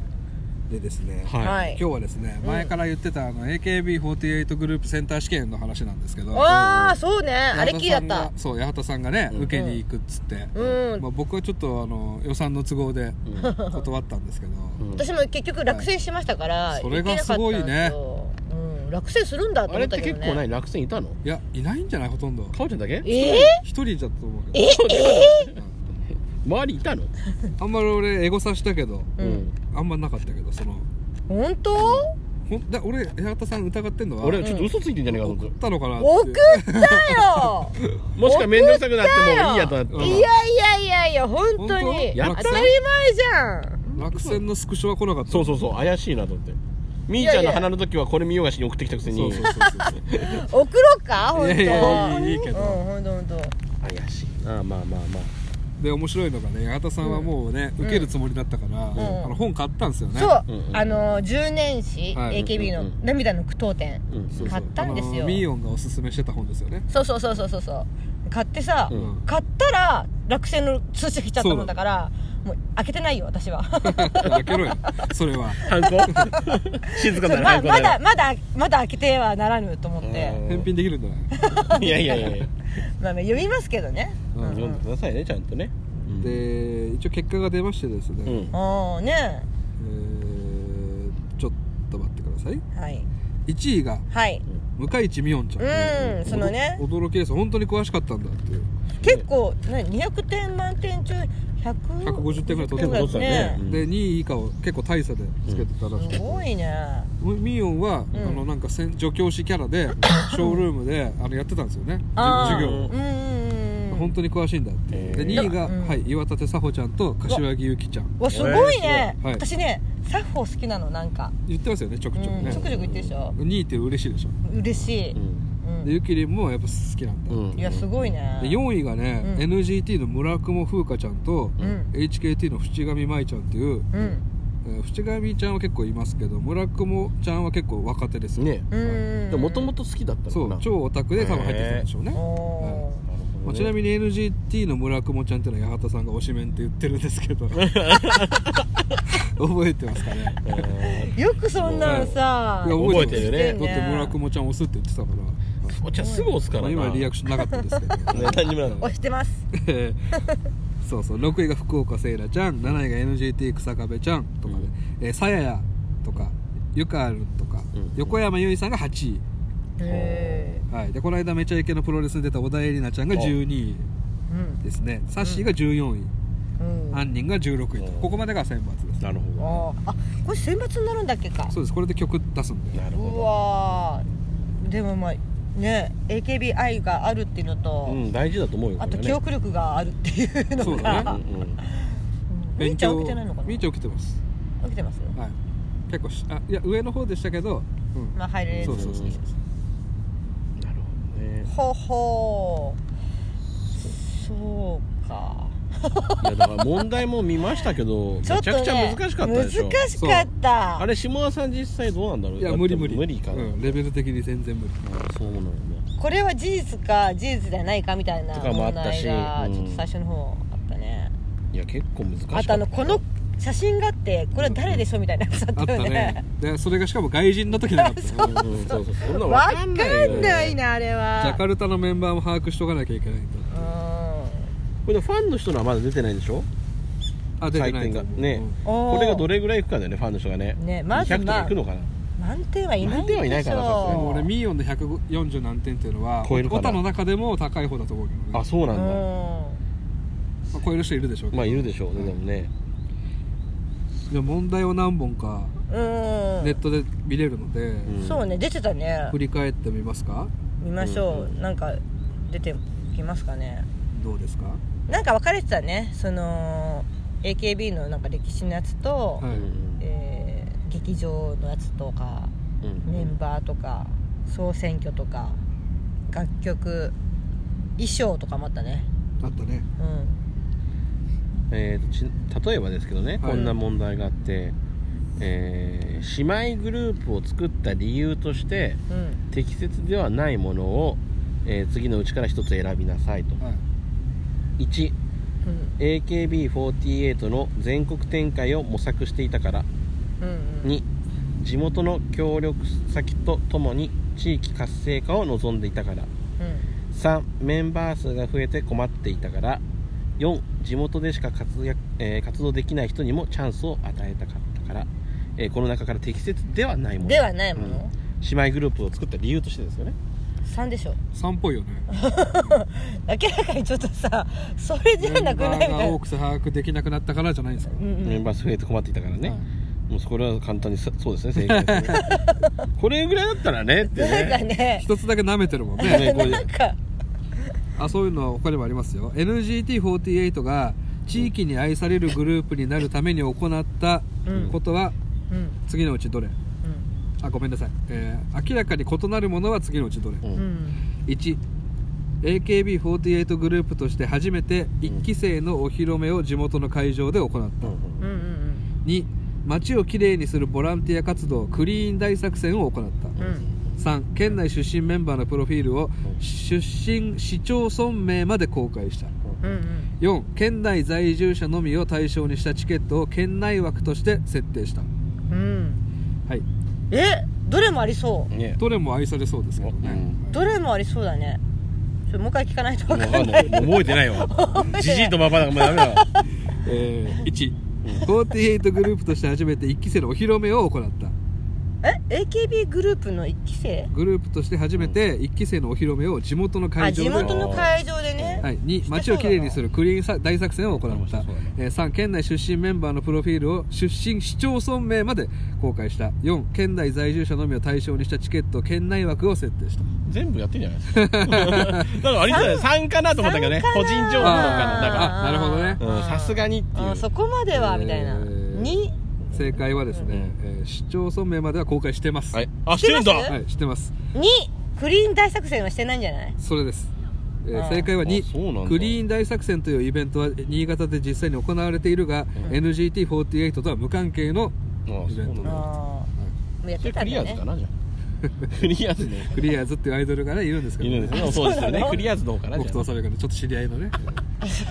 Speaker 2: でですね、
Speaker 3: はい
Speaker 1: はい
Speaker 2: 今日はですね、前から言ってたあの AKB48 グループセンター試験の話なんですけど
Speaker 1: ああそうね
Speaker 2: 八幡さんが
Speaker 1: あれっきりだった
Speaker 2: そう八幡さんがね、
Speaker 3: うん
Speaker 2: 受けに行くっつって、
Speaker 1: うん
Speaker 2: まあ、僕はちょっとあの予算の都合で
Speaker 3: うん
Speaker 2: 断ったんですけど、
Speaker 3: うん
Speaker 1: 私も結局落選しましたから
Speaker 2: いそれがすごいね
Speaker 1: 行けなかったんですようん落選するんだと
Speaker 3: あ
Speaker 1: 思
Speaker 3: れ
Speaker 1: っ
Speaker 3: ったて
Speaker 1: け
Speaker 3: 結
Speaker 1: ど
Speaker 3: 構な
Speaker 1: ね
Speaker 3: い落選いたの
Speaker 2: いやいないんじゃないほとんど
Speaker 3: かおちゃんだけ
Speaker 1: え
Speaker 2: 一人だと思う
Speaker 1: え
Speaker 2: けど
Speaker 3: 周りいたの
Speaker 2: あんまり俺エゴさしたけど
Speaker 1: うん
Speaker 2: あんまなかったけどその
Speaker 1: 本当
Speaker 2: ほんだ俺八幡さん疑ってんのは
Speaker 3: 俺はちょっと嘘ついてんじゃねえかと思
Speaker 2: 送
Speaker 3: っ
Speaker 2: ってたのかなって
Speaker 1: 送ったよ
Speaker 3: もしか面倒くさくなってもいいやとなって
Speaker 2: 送っ
Speaker 1: いやいやいやいや本当に
Speaker 3: 本当
Speaker 1: 当たり前じゃん
Speaker 2: 落選のスクショは来なかった
Speaker 3: そうそうそう怪しいなと思ってみーちゃんの花の時はこれ見ようがしに送ってきたくせ
Speaker 2: そう
Speaker 3: に
Speaker 2: そうそうそう
Speaker 1: 送ろうか本当
Speaker 2: いやいやいいいいけど
Speaker 1: うん本当本当
Speaker 3: 怪しいなあまあまあまあ
Speaker 2: で面白いのがね八幡さんはもうね、受けるつもりだったから、
Speaker 1: ん
Speaker 2: あの本買ったんですよね
Speaker 1: そう、
Speaker 3: うんうん
Speaker 1: あの10年史、
Speaker 2: はい
Speaker 1: AKB
Speaker 3: うん
Speaker 1: の
Speaker 3: うん
Speaker 1: 涙の句読点、
Speaker 3: うんそうそう
Speaker 1: 買った
Speaker 2: あ
Speaker 1: ん
Speaker 2: の
Speaker 1: ですよ、
Speaker 2: ミーヨンがおすすめしてた本ですよね
Speaker 1: そうそうそうそうそうそう買ってさ、
Speaker 3: うん
Speaker 1: 買ったら落選の通知が来ちゃったもんだからもう開けてないよ私は
Speaker 2: 開けろよそれは
Speaker 3: ハンコ 静か
Speaker 1: ま
Speaker 3: なハンコ
Speaker 1: まだ
Speaker 3: だ
Speaker 1: まだまだ開けてはならぬと思って、
Speaker 2: 返品できるんじゃない
Speaker 3: いやいやいやいや
Speaker 1: まあ、読みますけどね、
Speaker 2: う
Speaker 1: うんんうん、
Speaker 3: 読んでくださいねちゃんとね
Speaker 2: で一応結果が出ましてです
Speaker 3: う
Speaker 2: ね、
Speaker 3: ん
Speaker 1: ああね
Speaker 2: えーちょっと待ってください
Speaker 1: はい
Speaker 2: 1位が
Speaker 1: はい
Speaker 2: 向井地美音ちゃん
Speaker 1: うん、
Speaker 2: うん
Speaker 1: そのね
Speaker 2: 驚きです本当に詳しかったんだっていう
Speaker 1: 結構ね200点満点中
Speaker 2: 150
Speaker 1: 150
Speaker 2: 点ぐらい取
Speaker 3: って
Speaker 1: 取
Speaker 3: ま
Speaker 1: っ
Speaker 3: す
Speaker 1: たね
Speaker 3: よねうん
Speaker 2: で2位以下を結構大差でつけてたらしくて
Speaker 1: すごいね
Speaker 2: ミヨンは、あのなんかせん助教師キャ ラでショールームであのやってたんですよね
Speaker 1: あー
Speaker 2: 授業
Speaker 1: う
Speaker 2: を
Speaker 1: んうんうん
Speaker 2: 本当に詳しいんだっていう、
Speaker 3: へー
Speaker 2: で2位が、
Speaker 1: うん
Speaker 2: はい、岩立紗穂ちゃんと柏木由紀ちゃん
Speaker 1: わすごいね、
Speaker 2: えーすごいはい
Speaker 1: 私ねサッフォ好きなのなんか、
Speaker 2: 言ってますよねちょく
Speaker 1: う
Speaker 2: ちょく
Speaker 1: ん、
Speaker 2: ね
Speaker 1: ちょくちょく言ってるでしょ
Speaker 2: 2位って嬉しいでしょ
Speaker 1: 嬉しい、
Speaker 3: う
Speaker 1: うん
Speaker 2: で
Speaker 1: ん
Speaker 2: ゆきりんもやっぱ好きなんだ、
Speaker 3: うん
Speaker 1: いやすごいね
Speaker 2: で4位がね、
Speaker 1: うん
Speaker 2: NGT の村雲風花ちゃんと、
Speaker 1: うん
Speaker 2: HKT の淵上舞ちゃんってい
Speaker 1: う
Speaker 2: う、
Speaker 1: ん
Speaker 2: えー淵上ちゃんは結構いますけど村雲ちゃんは結構若手ですよ
Speaker 3: ね
Speaker 1: うん
Speaker 3: もともと好きだった
Speaker 2: そ
Speaker 3: のか
Speaker 2: う
Speaker 3: な
Speaker 2: 超オタクで多分入ってきたんでしょうね、
Speaker 1: お
Speaker 2: は
Speaker 1: ー
Speaker 2: まあちなみ
Speaker 3: に
Speaker 2: に NGT の村雲ちゃんっていうのは八幡さんが推しメンって言ってるんですけ ど覚えてますかね
Speaker 1: よくそんなんさ
Speaker 2: いや
Speaker 3: 覚えてる
Speaker 1: 知
Speaker 3: よ
Speaker 1: ってん
Speaker 2: だ
Speaker 1: ね
Speaker 3: ね
Speaker 2: って村雲ちゃん押すって言ってたから、
Speaker 3: お茶すぐ押すから
Speaker 2: ま
Speaker 3: な
Speaker 2: あ今リアクションなかったですけど、
Speaker 3: ね何にもなかった
Speaker 1: 押してます
Speaker 2: えー そうそう6位が福岡せいらちゃん7位が NGT 草壁ちゃんとかねえーさややとかゆかあるとか、
Speaker 3: うん
Speaker 2: 横山由依さんが8
Speaker 1: へ
Speaker 2: 位、はい、でこの間めちゃイケのプロレスに出た小田絵里奈ちゃんが12位
Speaker 1: ーうん
Speaker 2: ですねさっしーが14位、
Speaker 1: うん
Speaker 2: 杏仁が16位と
Speaker 3: うん
Speaker 2: ここまでが選抜です
Speaker 3: なるほ
Speaker 1: あーあこれ選抜になるんだっけか
Speaker 2: そうですこれで曲出すん
Speaker 3: ど
Speaker 2: で
Speaker 3: なる
Speaker 1: う
Speaker 3: ほ
Speaker 1: わーでもまあね AKB 愛があるっていうの
Speaker 3: ど
Speaker 1: と、
Speaker 3: うん大事だと思うよ
Speaker 1: あ
Speaker 3: これ
Speaker 1: と
Speaker 3: ね
Speaker 1: 記憶力があるっていう
Speaker 2: そ
Speaker 1: の
Speaker 2: う
Speaker 1: が
Speaker 2: だ
Speaker 3: うん
Speaker 2: ね
Speaker 3: うん
Speaker 1: みーちゃん起きてないのかな
Speaker 2: みーちゃん起きてます
Speaker 1: 起きてますよ
Speaker 2: はい結構しあいや上の方でしたけど、うん
Speaker 1: まあ入れず
Speaker 2: そうそうそうそう
Speaker 3: なるほどね
Speaker 1: ほほうそうか
Speaker 3: いやだから問題も見ましたけどめ ち
Speaker 1: ちょ
Speaker 3: ゃ
Speaker 1: っ
Speaker 3: くち
Speaker 1: と、
Speaker 3: ゃ
Speaker 1: ね、
Speaker 3: 難しかったでしょ
Speaker 1: 難しかった
Speaker 3: あれ下田さん実際どうなんだろう
Speaker 2: い
Speaker 3: い
Speaker 2: や無理無理
Speaker 3: 無理かな
Speaker 2: うん、レベル的に全然無理
Speaker 3: あそうなのね
Speaker 1: これは事実か事実じゃないかみたいな
Speaker 3: とかもあ
Speaker 1: 問
Speaker 3: ったし
Speaker 1: 題がちょっ
Speaker 3: う
Speaker 1: と
Speaker 3: ん
Speaker 1: 最初の方あったね、
Speaker 3: いや結構難しかった
Speaker 1: あとあのこの写真があってこれは誰でしょみたいなやつあ
Speaker 2: あ
Speaker 1: っ
Speaker 2: った
Speaker 1: たよ
Speaker 2: ね
Speaker 1: ね
Speaker 2: でそれがしかも外人の時なかった
Speaker 3: うんうんそうそうそんな
Speaker 1: わ
Speaker 3: の
Speaker 1: か
Speaker 3: 分かん
Speaker 1: ん
Speaker 3: ないよ
Speaker 1: ないなあれは
Speaker 2: ジャカルタのメンバーも把握しとかなきゃいけないと
Speaker 3: これファンの人のはまだ出てないんでしょ
Speaker 2: あ出てないと
Speaker 3: 採
Speaker 2: 思
Speaker 3: 点
Speaker 2: う
Speaker 3: がね
Speaker 2: うん
Speaker 3: これがど
Speaker 1: れ
Speaker 3: れぐらいいくかだよねファンの人がね
Speaker 1: ねまず
Speaker 3: 200と
Speaker 1: ま
Speaker 3: か
Speaker 1: あ
Speaker 3: いくのかな
Speaker 1: 満点はいない
Speaker 3: 満点はいないから
Speaker 1: でし
Speaker 3: さすが
Speaker 1: ょ
Speaker 2: でも俺ミーヨンで140何点っていうのは
Speaker 3: 超えるかな
Speaker 2: オタの中でも高い方だと思うけどね
Speaker 3: あそうなんだ
Speaker 2: まあ超える人いるでしょうけど
Speaker 3: まあいるでしょうねでもね
Speaker 2: でも問題を何本か
Speaker 1: うん、うん
Speaker 2: ネットで見れるので、
Speaker 3: ん
Speaker 1: そうね出てたね
Speaker 2: 振り返ってみますか
Speaker 1: 見ましょう、なんか出てきますかね
Speaker 2: どうですか、
Speaker 1: なんか分かれてたねその AKB のなんか歴史のやつと、
Speaker 3: う
Speaker 2: は
Speaker 3: ん
Speaker 2: い
Speaker 1: えー劇場のやつとか
Speaker 3: うんうん
Speaker 1: メンバーとか総選挙とか楽曲衣装とかもあったね
Speaker 2: あったね
Speaker 1: うん
Speaker 3: えーとち例えばですけどね、
Speaker 2: はい
Speaker 3: こんな問題があって、えー姉妹グループを作った理由として
Speaker 1: うん
Speaker 3: 適切ではないものを、えー次のうちから一つ選びなさいと
Speaker 2: はい
Speaker 3: 1 AKB48 の全国展開を模索していたから
Speaker 1: うんうん
Speaker 3: 2地元の協力先とともに地域活性化を望んでいたか
Speaker 1: う
Speaker 3: ら
Speaker 1: ん
Speaker 3: 3メンバー数が増えて困っていたから4地元でしか活躍、えー活動できない人にもチャンスを与えたかったから、えーこの中から適切ではないもの
Speaker 1: ではないもの、
Speaker 3: 姉妹グループを作った理由としてですよね
Speaker 1: 3でしょ
Speaker 2: 3っぽいよ ね
Speaker 1: 明らかにちょっとさそれじゃ
Speaker 2: メ
Speaker 1: な
Speaker 2: ン
Speaker 1: くな
Speaker 2: バ
Speaker 1: いみ
Speaker 2: ー
Speaker 1: た
Speaker 2: が
Speaker 1: いな
Speaker 2: 多くて把握できなくなったからじゃないんですか
Speaker 1: うんうん
Speaker 3: メンバー数増えて困っていたからね、
Speaker 2: は
Speaker 3: うもうそれは簡単にさそうですね正解ですねこれぐらいだったらねって
Speaker 1: なんか
Speaker 3: ね
Speaker 1: ね
Speaker 2: 一つだけ舐めてるもんね
Speaker 3: ねこういう
Speaker 1: なんか
Speaker 2: あそういうの他にもありますよ NGT48 が地域に愛されるグループになるために行った
Speaker 1: うん
Speaker 2: ことは
Speaker 1: うん
Speaker 2: 次のうちどれあごめんなさい、えー明らかに異なるものは次のうちどれ
Speaker 3: う
Speaker 1: うんんう
Speaker 3: うん
Speaker 1: ん
Speaker 2: 1AKB48 グループとして初めて1期生のお披露目を地元の会場で行った
Speaker 1: うんうん
Speaker 2: 2街をきれいにするボランティア活動クリーン大作戦を行っ
Speaker 1: うんうん
Speaker 2: た3県内出身メンバーのプロフィールを出身市町村名まで公開した
Speaker 1: うんうん
Speaker 2: 4県内在住者のみを対象にしたチケットを県内枠として設定した
Speaker 1: うん
Speaker 2: はい
Speaker 1: えどれもありそう
Speaker 3: ね
Speaker 2: どれも愛されそうですけどね、
Speaker 3: うん
Speaker 1: どれもありそうだねちょっともう一回聞かないと
Speaker 3: もう
Speaker 1: 分
Speaker 3: わ
Speaker 1: か
Speaker 3: か
Speaker 1: ん
Speaker 3: ん
Speaker 1: な
Speaker 3: ないいもう覚えてないよじじいとばばだからもうダメだわ
Speaker 2: えー、148グループとして初めて1期生のお披露目を行った
Speaker 1: え AKB グループの1期生
Speaker 2: グループとして初めて1期生のお披露目を地元の
Speaker 1: あ
Speaker 2: 会
Speaker 1: 地
Speaker 2: 場で
Speaker 1: 元の会場でね
Speaker 2: はい、
Speaker 1: してそうだ
Speaker 2: 2
Speaker 1: な
Speaker 2: 街をきれいにするクリーンさ大作戦を行った、えー3県内出身メンバーのプロフィールを出身市町村名まで公開した4県内在住者のみを対象にしたチケット県内枠を設定した
Speaker 3: 全部やってんじゃないですか なんかありそうだよ3かなと思ったけどね
Speaker 1: 参加
Speaker 3: 個
Speaker 1: な
Speaker 3: 人情報かなだか
Speaker 2: あなるほどね
Speaker 3: らうんさすがにってい
Speaker 1: あ
Speaker 3: う
Speaker 1: そこまではみたいな
Speaker 2: えー
Speaker 1: に
Speaker 2: 正解はですね、えー市町村名までは公開してます
Speaker 3: はい、あしてるんだ
Speaker 1: してま
Speaker 2: はいしてます
Speaker 1: にクリーン大作戦はしてないんじゃない
Speaker 2: それです、えー
Speaker 1: あ
Speaker 2: 正解は
Speaker 3: あそうな
Speaker 2: 2
Speaker 3: んだ
Speaker 2: クリーン大作戦というイベントは新潟で実際に行われているが、NGT48 とは無関係の
Speaker 3: あそうなん
Speaker 1: あー
Speaker 3: だ
Speaker 2: は
Speaker 1: もうやっ
Speaker 3: そ
Speaker 1: て
Speaker 3: れ
Speaker 1: た
Speaker 3: ク
Speaker 1: ん
Speaker 3: リ
Speaker 1: だ
Speaker 3: アーズ
Speaker 1: ね
Speaker 3: かなじゃあクリアーズね
Speaker 2: クリアーズっていうアイドルがねいるんですけど
Speaker 3: い
Speaker 2: ね
Speaker 3: るんですねそうですよ
Speaker 1: そうな
Speaker 3: ね
Speaker 1: の
Speaker 3: クリアーズの方かな
Speaker 2: 僕
Speaker 3: じ
Speaker 2: と
Speaker 3: ゃ
Speaker 2: わさびがねちょっと知り合いのね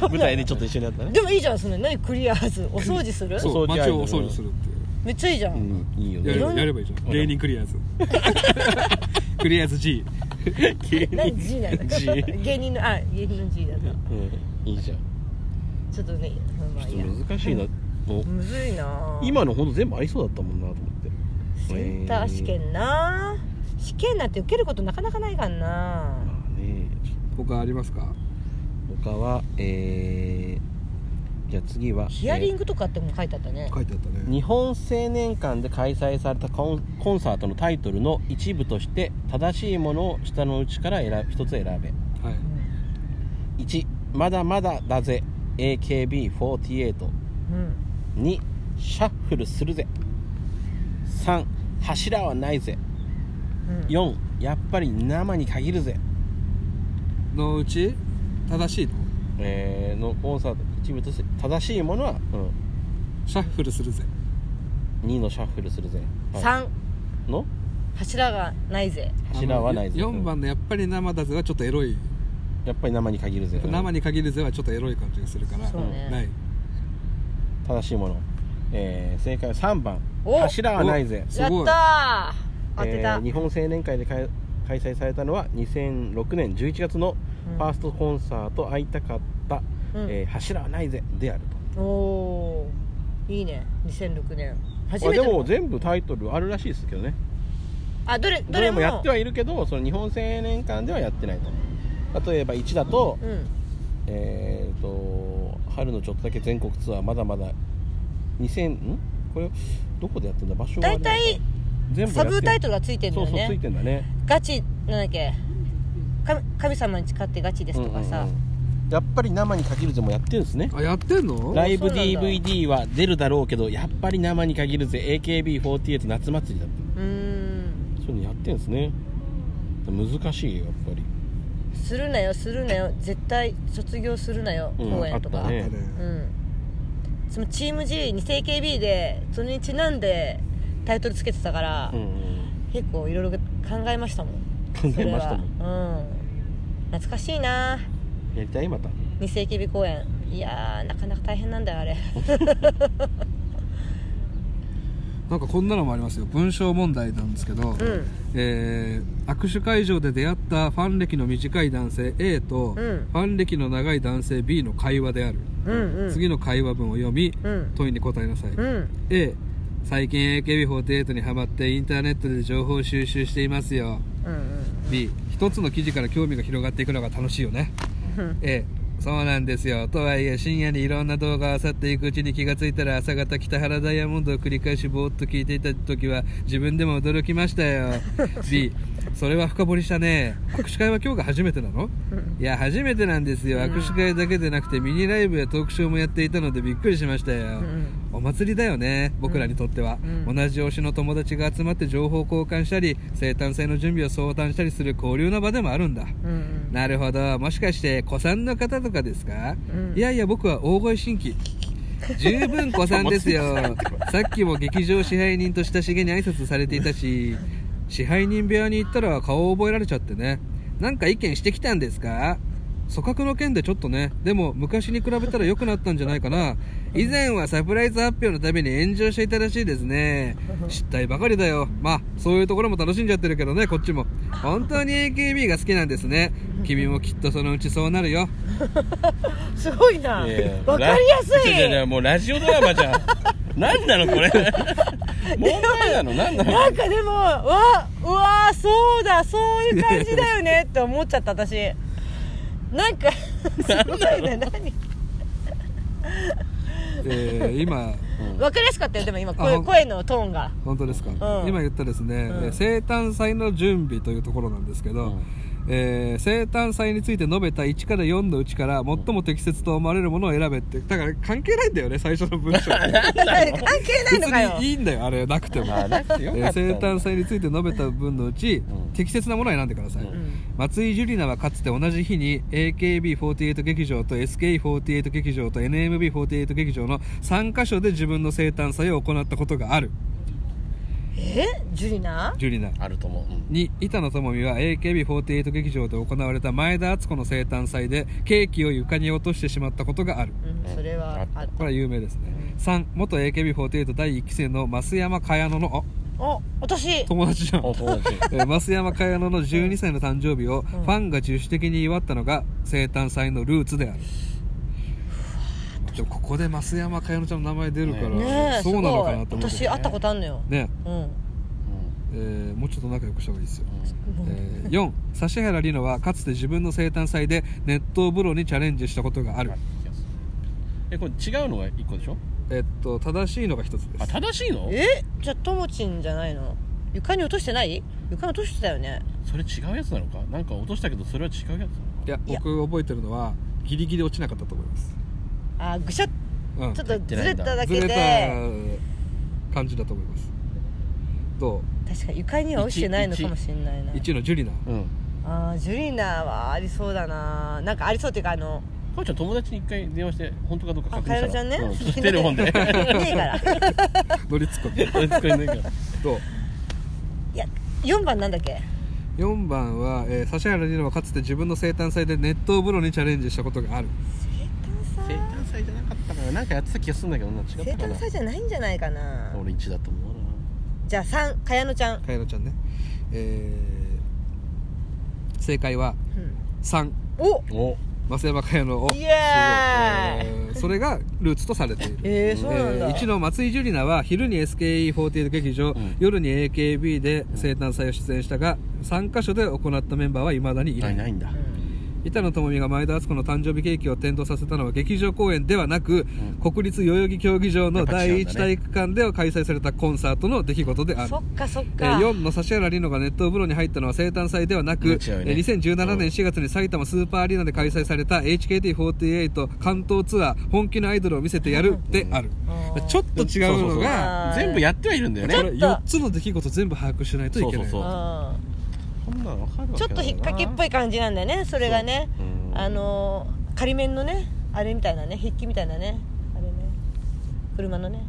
Speaker 3: あ舞台でちょっと一緒にやったね
Speaker 1: でもいいじゃんその何クリアーズお掃除する
Speaker 2: そう
Speaker 3: お掃除アイ
Speaker 2: 街
Speaker 3: ドル
Speaker 2: をお掃除するっていう
Speaker 1: めっちゃいいじゃ
Speaker 3: うんんいいよ
Speaker 2: やれ
Speaker 1: いろ
Speaker 2: ば
Speaker 1: んな
Speaker 2: やればいいじゃん芸人クリアー ズクリアーズ G
Speaker 3: 芸
Speaker 1: 何 G なんだ
Speaker 3: G
Speaker 1: 芸人のあ芸人の G だった
Speaker 3: うんいいじゃん
Speaker 1: ちょっとねまあいい
Speaker 3: ち
Speaker 1: や
Speaker 3: ょっと難しいなもう
Speaker 1: むずいなぁ
Speaker 3: 今のほんと全部ありそうだったもんなと思って
Speaker 1: センター試験なぁ試験なんて受けることなかなかないからな
Speaker 3: まあね
Speaker 2: 他ありますか
Speaker 3: 他はえーじゃあ次は
Speaker 1: ヒアリングとかっても書いてあったね
Speaker 2: 書いてあった
Speaker 3: えー
Speaker 2: ね
Speaker 3: 日本青年館で開催されたコンコンサートのタイトルの一部として正しいものを下のうちから選ぶ一つ選べ
Speaker 2: はい
Speaker 3: 1まだまだだぜ AKB482
Speaker 1: うん
Speaker 3: シャッフルするぜ3柱はないぜ
Speaker 1: うん
Speaker 3: 4やっぱり生に限るぜ、
Speaker 2: のうち正しいの
Speaker 3: えーのコンサート一部として正しいものは、
Speaker 2: シャッフルするぜ
Speaker 3: うん、2のシャッフルするぜ、は
Speaker 1: 3
Speaker 3: いの
Speaker 1: 柱がないぜ
Speaker 3: 柱はないぜ
Speaker 2: 4番のやっぱり生だぜはちょっとエロい
Speaker 3: やっぱり生に限るぜ、うん
Speaker 2: 生に限るぜはちょっとエロい感じがするから
Speaker 1: そうね
Speaker 2: ない
Speaker 3: 正しいもの、えー正解は3番
Speaker 1: お
Speaker 3: 柱はないぜ
Speaker 2: す
Speaker 1: やっ
Speaker 2: ごい
Speaker 1: たー当て
Speaker 3: え
Speaker 1: た、
Speaker 3: ー日本青年会で開開催されたのは2006年11月の
Speaker 1: うん
Speaker 3: ファーストコンサート「会いたかった、
Speaker 1: うん
Speaker 3: えー柱はないぜ」であると
Speaker 1: おおーいいね2006年初
Speaker 3: あ
Speaker 1: めて
Speaker 3: で
Speaker 1: の
Speaker 3: も全部タイトルあるらしいですけどね
Speaker 1: あどれど
Speaker 3: ど
Speaker 1: れ
Speaker 3: れ
Speaker 1: も
Speaker 3: もやってはいるけどその日本青年館ではやってないと例えば1だと,、
Speaker 1: うん
Speaker 3: えー、と春のちょっとだけ全国ツアーまだまだ2000んこれどこでやってんだ場所はあれ
Speaker 1: 大体
Speaker 3: 全部
Speaker 1: サブタイト
Speaker 3: ル
Speaker 1: ルがついてるのよ
Speaker 3: そうそうつい
Speaker 1: ね
Speaker 3: てんだね
Speaker 1: ガチなんだっけ神神様に誓ってガチですとかさ、
Speaker 3: うんうんうんやっぱり生に限るぜもやってるんですね
Speaker 2: あやってんの
Speaker 3: ライブ
Speaker 1: そうなんだ
Speaker 3: DVD は出るだろうけどやっぱり生に限るぜ AKB48 夏祭りだって
Speaker 1: うーん
Speaker 3: そういうのやってるんですね難しいよやっぱり
Speaker 1: するなよするなよ絶対卒業するなよ
Speaker 3: うん
Speaker 1: 公演と
Speaker 3: あ
Speaker 1: か、
Speaker 3: ったね
Speaker 2: だね
Speaker 1: うんそのチーム G に成 KB でそれにちなんでタイトルつけてたから、
Speaker 3: うんうん
Speaker 1: 結構いろいろ考えましたもん
Speaker 3: 考えましたもん
Speaker 1: それはうん懐かしいな
Speaker 3: やりたいまた
Speaker 1: 二世紀日公演いやーなかなか大変なんだよあれ
Speaker 2: なんかこんなのもありますよ文章問題なんですけど、
Speaker 1: うん
Speaker 2: えー握手会場で出会ったファン歴の短い男性 A と、
Speaker 1: ん
Speaker 2: ファン歴の長い男性 B の会話である、
Speaker 1: うんうん
Speaker 2: 次の会話文を読み、
Speaker 1: うん
Speaker 2: 問いに答えなさい、
Speaker 1: うん
Speaker 2: A 最近 AKB48 にハマってインターネットで情報収集していますよ
Speaker 1: うん
Speaker 2: B 一つの記事から興味が広がっていくのが楽しいよね
Speaker 1: うん
Speaker 2: A そうなんですよとはいえ深夜にいろんな動画を漁っていくうちに気がついたら朝方北原ダイヤモンドを繰り返しぼーっと聞いていた時は自分でも驚きまし たよ B それは深掘りしたね握手会は今日が初めてなのいや初めてなんですよ
Speaker 1: うん
Speaker 2: 握手会だけでなくてミニライブやトークショーもやっていたのでびっくりしましたよ、
Speaker 1: うん
Speaker 2: お祭りだよね僕らにとっては、
Speaker 1: うん
Speaker 2: 同じ推しの友達が集まって情報交換したり生誕祭の準備を相談したりする交流の場でもあるんだ
Speaker 1: うん
Speaker 2: なるほどもしかして子さんの方とかですか、
Speaker 1: うん
Speaker 2: いやいや僕は大声新規十分子さんですよさっきも劇場支配人と親しげに挨拶されていたし支配人部屋に行ったら顔を覚えられちゃってねなんか意見してきたんですか組閣の件でちょっとねでも昔に比べたら良くなったんじゃないかな以前はサプライズ発表のために炎上していたらしいですね失態ばかりだよまあそういうところも楽しんじゃってるけどねこっちも本当に AKB が好きなんですね君もきっとそのうちそうなるよ
Speaker 1: すごいなわかりやすい
Speaker 3: いやいやもうラジオドラマじゃん 何なのこれ問題なの何なの
Speaker 1: なんかでもわうわそうだそういう感じだよねって思っちゃった私なんかすごいね何
Speaker 2: えー今
Speaker 1: わかりやすかったよでも今
Speaker 2: あ
Speaker 1: 声
Speaker 2: ほん
Speaker 1: 声のトーンが
Speaker 2: 本当ですか、
Speaker 1: うん
Speaker 2: 今言ったですね、
Speaker 1: うん
Speaker 2: えー生誕祭の準備というところなんですけど、
Speaker 3: うん
Speaker 2: えー生誕祭について述べた1から4のうちから最も適切と思われるものを選べってだから関係ないんだよね最初の文章
Speaker 1: 関係ないのかよ
Speaker 2: 別にいいんだよあれなくても、
Speaker 3: あなくて
Speaker 2: え
Speaker 3: よか
Speaker 2: ー
Speaker 3: った
Speaker 2: 生誕祭について述べた分のうち、
Speaker 3: うん
Speaker 2: 適切なものを選んでください、
Speaker 3: う
Speaker 1: う
Speaker 3: ん
Speaker 1: ん
Speaker 2: 松井樹里奈はかつて同じ日に AKB48 劇場と SK48 劇場と NMB48 劇場の3カ所で自分の生誕祭を行ったことがある
Speaker 1: えジュリナ
Speaker 2: 樹里奈
Speaker 3: あると思う、うん
Speaker 2: 2板野友美は AKB48 劇場で行われた前田敦子の生誕祭でケーキを床に落としてしまったことがある
Speaker 1: うんそれはあ
Speaker 2: これは有名ですね3元 AKB48 第1期生の増山茅野の
Speaker 1: お私
Speaker 2: あ友達じゃん
Speaker 3: お友達
Speaker 2: えー増山茅野の12歳の誕生日をファンが自主的に祝ったのが生誕祭のルーツであるでもここで増山茅野ちゃんの名前出るから、
Speaker 1: ねえ
Speaker 2: そうなの
Speaker 1: すご
Speaker 2: かなと
Speaker 1: い
Speaker 2: 思って、
Speaker 1: 私会ったことあんのよ
Speaker 2: ね
Speaker 1: うん
Speaker 2: えーもうちょっと仲良くした方がいいですよ、
Speaker 1: うん
Speaker 2: えー4指原莉乃はかつて自分の生誕祭で熱湯風呂にチャレンジしたことがある、
Speaker 3: えこれ違うのが一個でしょ
Speaker 2: えっと正しいのが一つで
Speaker 3: あ
Speaker 2: す
Speaker 3: 正しいの
Speaker 1: えじゃあともちんじゃないの床に落としてない床に落としてたよね
Speaker 3: それ違うやつなのかなんか落としたけどそれは違うや
Speaker 2: いや
Speaker 1: いや
Speaker 2: 僕覚えてるのはギリギリ落ちなかったと思います、
Speaker 1: あぐしゃっ
Speaker 2: うん、
Speaker 1: ちょっとずれただけ
Speaker 2: ずれ
Speaker 1: で
Speaker 2: た感じだと思いますど
Speaker 1: 確かに床には落ちてないのかもしれないな
Speaker 2: う1のジュリナ
Speaker 3: つうん
Speaker 1: あージュリナはありそうだななんかありそうっていうかあの
Speaker 3: かおちゃん友達に一回電話して本当かどうか
Speaker 1: あ
Speaker 3: 確
Speaker 1: か
Speaker 3: 認
Speaker 1: や
Speaker 3: した
Speaker 1: のちゃんね
Speaker 3: うんちょっとテレフォン で
Speaker 1: ねえから
Speaker 2: 乗りつこみ
Speaker 3: これ使え ないから
Speaker 2: と
Speaker 1: いや4番なんだっけ
Speaker 2: 4番は、えー指原莉乃はかつて自分の生誕祭で熱湯風呂にチャレンジしたことがある
Speaker 1: 生
Speaker 3: 生
Speaker 1: 誕
Speaker 3: 誕祭じゃなかったかななんかやってた気がするんだけどな
Speaker 1: 祭
Speaker 3: 違
Speaker 1: 生
Speaker 3: ったか
Speaker 1: 誕
Speaker 3: な
Speaker 1: 祭じゃないんじゃないかな
Speaker 3: 俺1だと思うな
Speaker 1: じゃあ3かやのちゃん、
Speaker 2: かやのちゃんね、えー正解は
Speaker 1: うん
Speaker 2: 3
Speaker 1: お
Speaker 3: お
Speaker 2: 増山かやのを
Speaker 1: イエーイ
Speaker 2: えーそれがルーツとされている
Speaker 1: えー、そうなんだ、
Speaker 2: えー一の松井樹里奈は昼に SKE48 劇場、
Speaker 3: ん
Speaker 2: 夜に AKB で生誕祭を出演したが3カ所で行ったメンバーはいまだにい
Speaker 3: あ
Speaker 2: ない
Speaker 3: いないんだ
Speaker 2: 板野友美が前田敦子の誕生日ケーキを点灯させたのは劇場公演ではなく、
Speaker 3: うん
Speaker 2: 国立代々木競技場の第一
Speaker 3: やっぱ
Speaker 2: 体
Speaker 3: 違
Speaker 2: 育館で開催されたコンサートの出来事で
Speaker 1: う
Speaker 2: あ
Speaker 1: ん、
Speaker 2: る
Speaker 1: そっかそっ
Speaker 2: え
Speaker 1: か、
Speaker 2: ー4の指原莉乃が熱湯風呂に入ったのは生誕祭ではなく、
Speaker 3: うん
Speaker 2: え
Speaker 3: 違うよね
Speaker 2: ー2017年4月に埼玉スーパーアリーナで開催された HKT48 関東ツアー本気のアイドルを見せてやるである、
Speaker 1: うん
Speaker 2: ちょっと違うのが
Speaker 1: あー
Speaker 3: 全部やってはいるんだよ
Speaker 2: こ
Speaker 3: ね
Speaker 1: ちょっ
Speaker 2: れ4つの出来事全部把握しないといけない
Speaker 3: そうそうこんなの分かる
Speaker 1: うん
Speaker 3: わ
Speaker 1: ちょ
Speaker 3: け
Speaker 1: っと引っ掛けっぽ
Speaker 3: い
Speaker 1: い感じなんだよねそれがね
Speaker 3: そううん
Speaker 1: あのー仮面のねあれみたいなね筆記みたいなねあれね車のね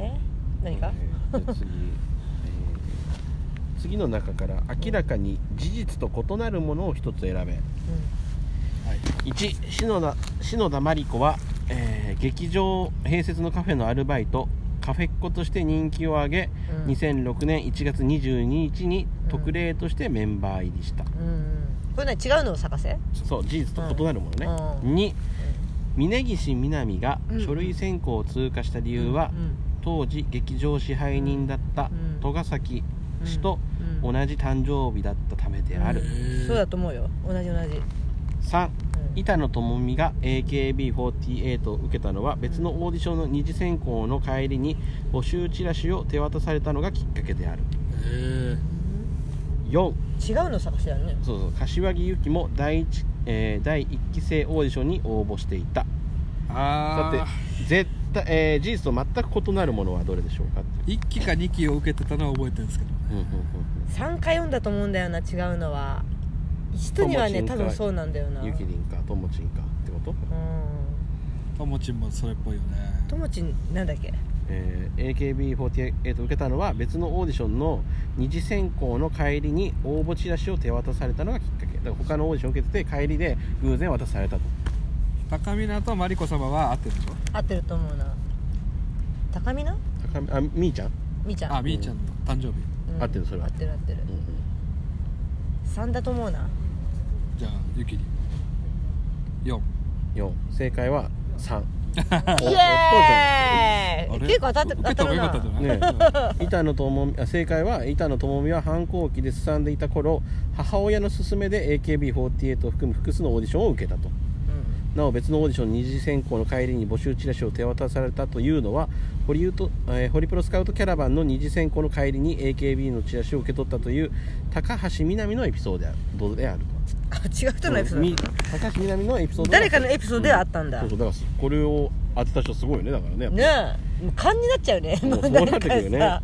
Speaker 1: え何か、
Speaker 3: えーじゃあ次えー次の中から明らかに事実と異なるものを一つ選べ1篠田篠田真理子は、えー劇場併設のカフェのアルバイトカフェっ子として人気を上げ、
Speaker 1: うん
Speaker 3: 2006年1月22日に
Speaker 1: うん
Speaker 3: 特例としてメンバー入りした、
Speaker 1: うん、うん、これね違うのを探せ
Speaker 3: そう事実と異なるものね、
Speaker 1: うん
Speaker 3: 2峯岸みなみが
Speaker 1: うん
Speaker 3: 書類選考を通過した理由は、
Speaker 1: うん
Speaker 3: 当時劇場支配人だった
Speaker 1: うん
Speaker 3: 戸ヶ崎氏と
Speaker 1: うん
Speaker 3: 同じ誕生日だったためである、
Speaker 1: そうだと思うよ同じ同じ、うん
Speaker 3: 3板野友美が AKB48 を受けたのは別のオーディションの二次選考の帰りに募集チラシを手渡されたのがきっかけである
Speaker 2: え
Speaker 3: 4
Speaker 1: 違うの探してたね
Speaker 3: そうそう柏木由紀も第 1,、えー第1期生オーディションに応募していたさ
Speaker 2: あ
Speaker 3: て
Speaker 2: あ
Speaker 3: 絶対、えー事実と全く異なるものはどれでしょうか、
Speaker 2: 1期か2期を受けてたのは覚えてるんですけど
Speaker 3: うんうんうんうん
Speaker 1: 3回読んだと思うんだよな違うのは人にはね
Speaker 3: 友
Speaker 1: 多
Speaker 3: 人会
Speaker 1: 分そうなんだよな
Speaker 3: ゆきりんかともちんかってこと、
Speaker 1: うん
Speaker 2: ともちんもそれっぽいよね
Speaker 1: ともちんなんだっけ
Speaker 3: えー AKB48 を受けたのは別のオーディションの二次選考の帰りに応募チラシを手渡されたのがきっかけだから他のオーディションを受けてて帰りで偶然渡されたと
Speaker 2: 高見菜とマリコ様は合ってるでしょ
Speaker 1: 合ってると思うな高見な
Speaker 3: 高見あみーちゃん、
Speaker 1: みーちゃん
Speaker 2: あみーちゃんの誕生日
Speaker 1: うん
Speaker 3: 合ってるそれは
Speaker 1: 合ってる合ってる3だと思う な
Speaker 2: じゃあゆきり4
Speaker 3: 4正解は3
Speaker 1: イエー
Speaker 2: あ
Speaker 1: イ
Speaker 2: れ
Speaker 1: 結構当たって
Speaker 2: 受けた方がよかったんじゃない、
Speaker 3: ね板野友美あ正解は板野友美は反抗期ですさんでいた頃母親の勧めで AKB48 を含む複数のオーディションを受けたと
Speaker 1: うん
Speaker 3: なお別のオーディション二次選考の帰りに募集チラシを手渡されたというのはホリウッドえーホリプロスカウトキャラバンの二次選考の帰りに AKB のチラシを受け取ったという高橋みなみのエピソードであるどうである
Speaker 1: あ違う人のエピソード
Speaker 3: み高橋みなみのエピソードが
Speaker 1: 誰かのエピソードではあったんだ
Speaker 3: そうそうだからこれを当てた人すごいよねだからね
Speaker 1: ねえもう勘になっちゃうね
Speaker 3: うん
Speaker 1: もう
Speaker 3: そう
Speaker 1: な
Speaker 3: なんっ
Speaker 1: か
Speaker 3: てくるよね
Speaker 1: さ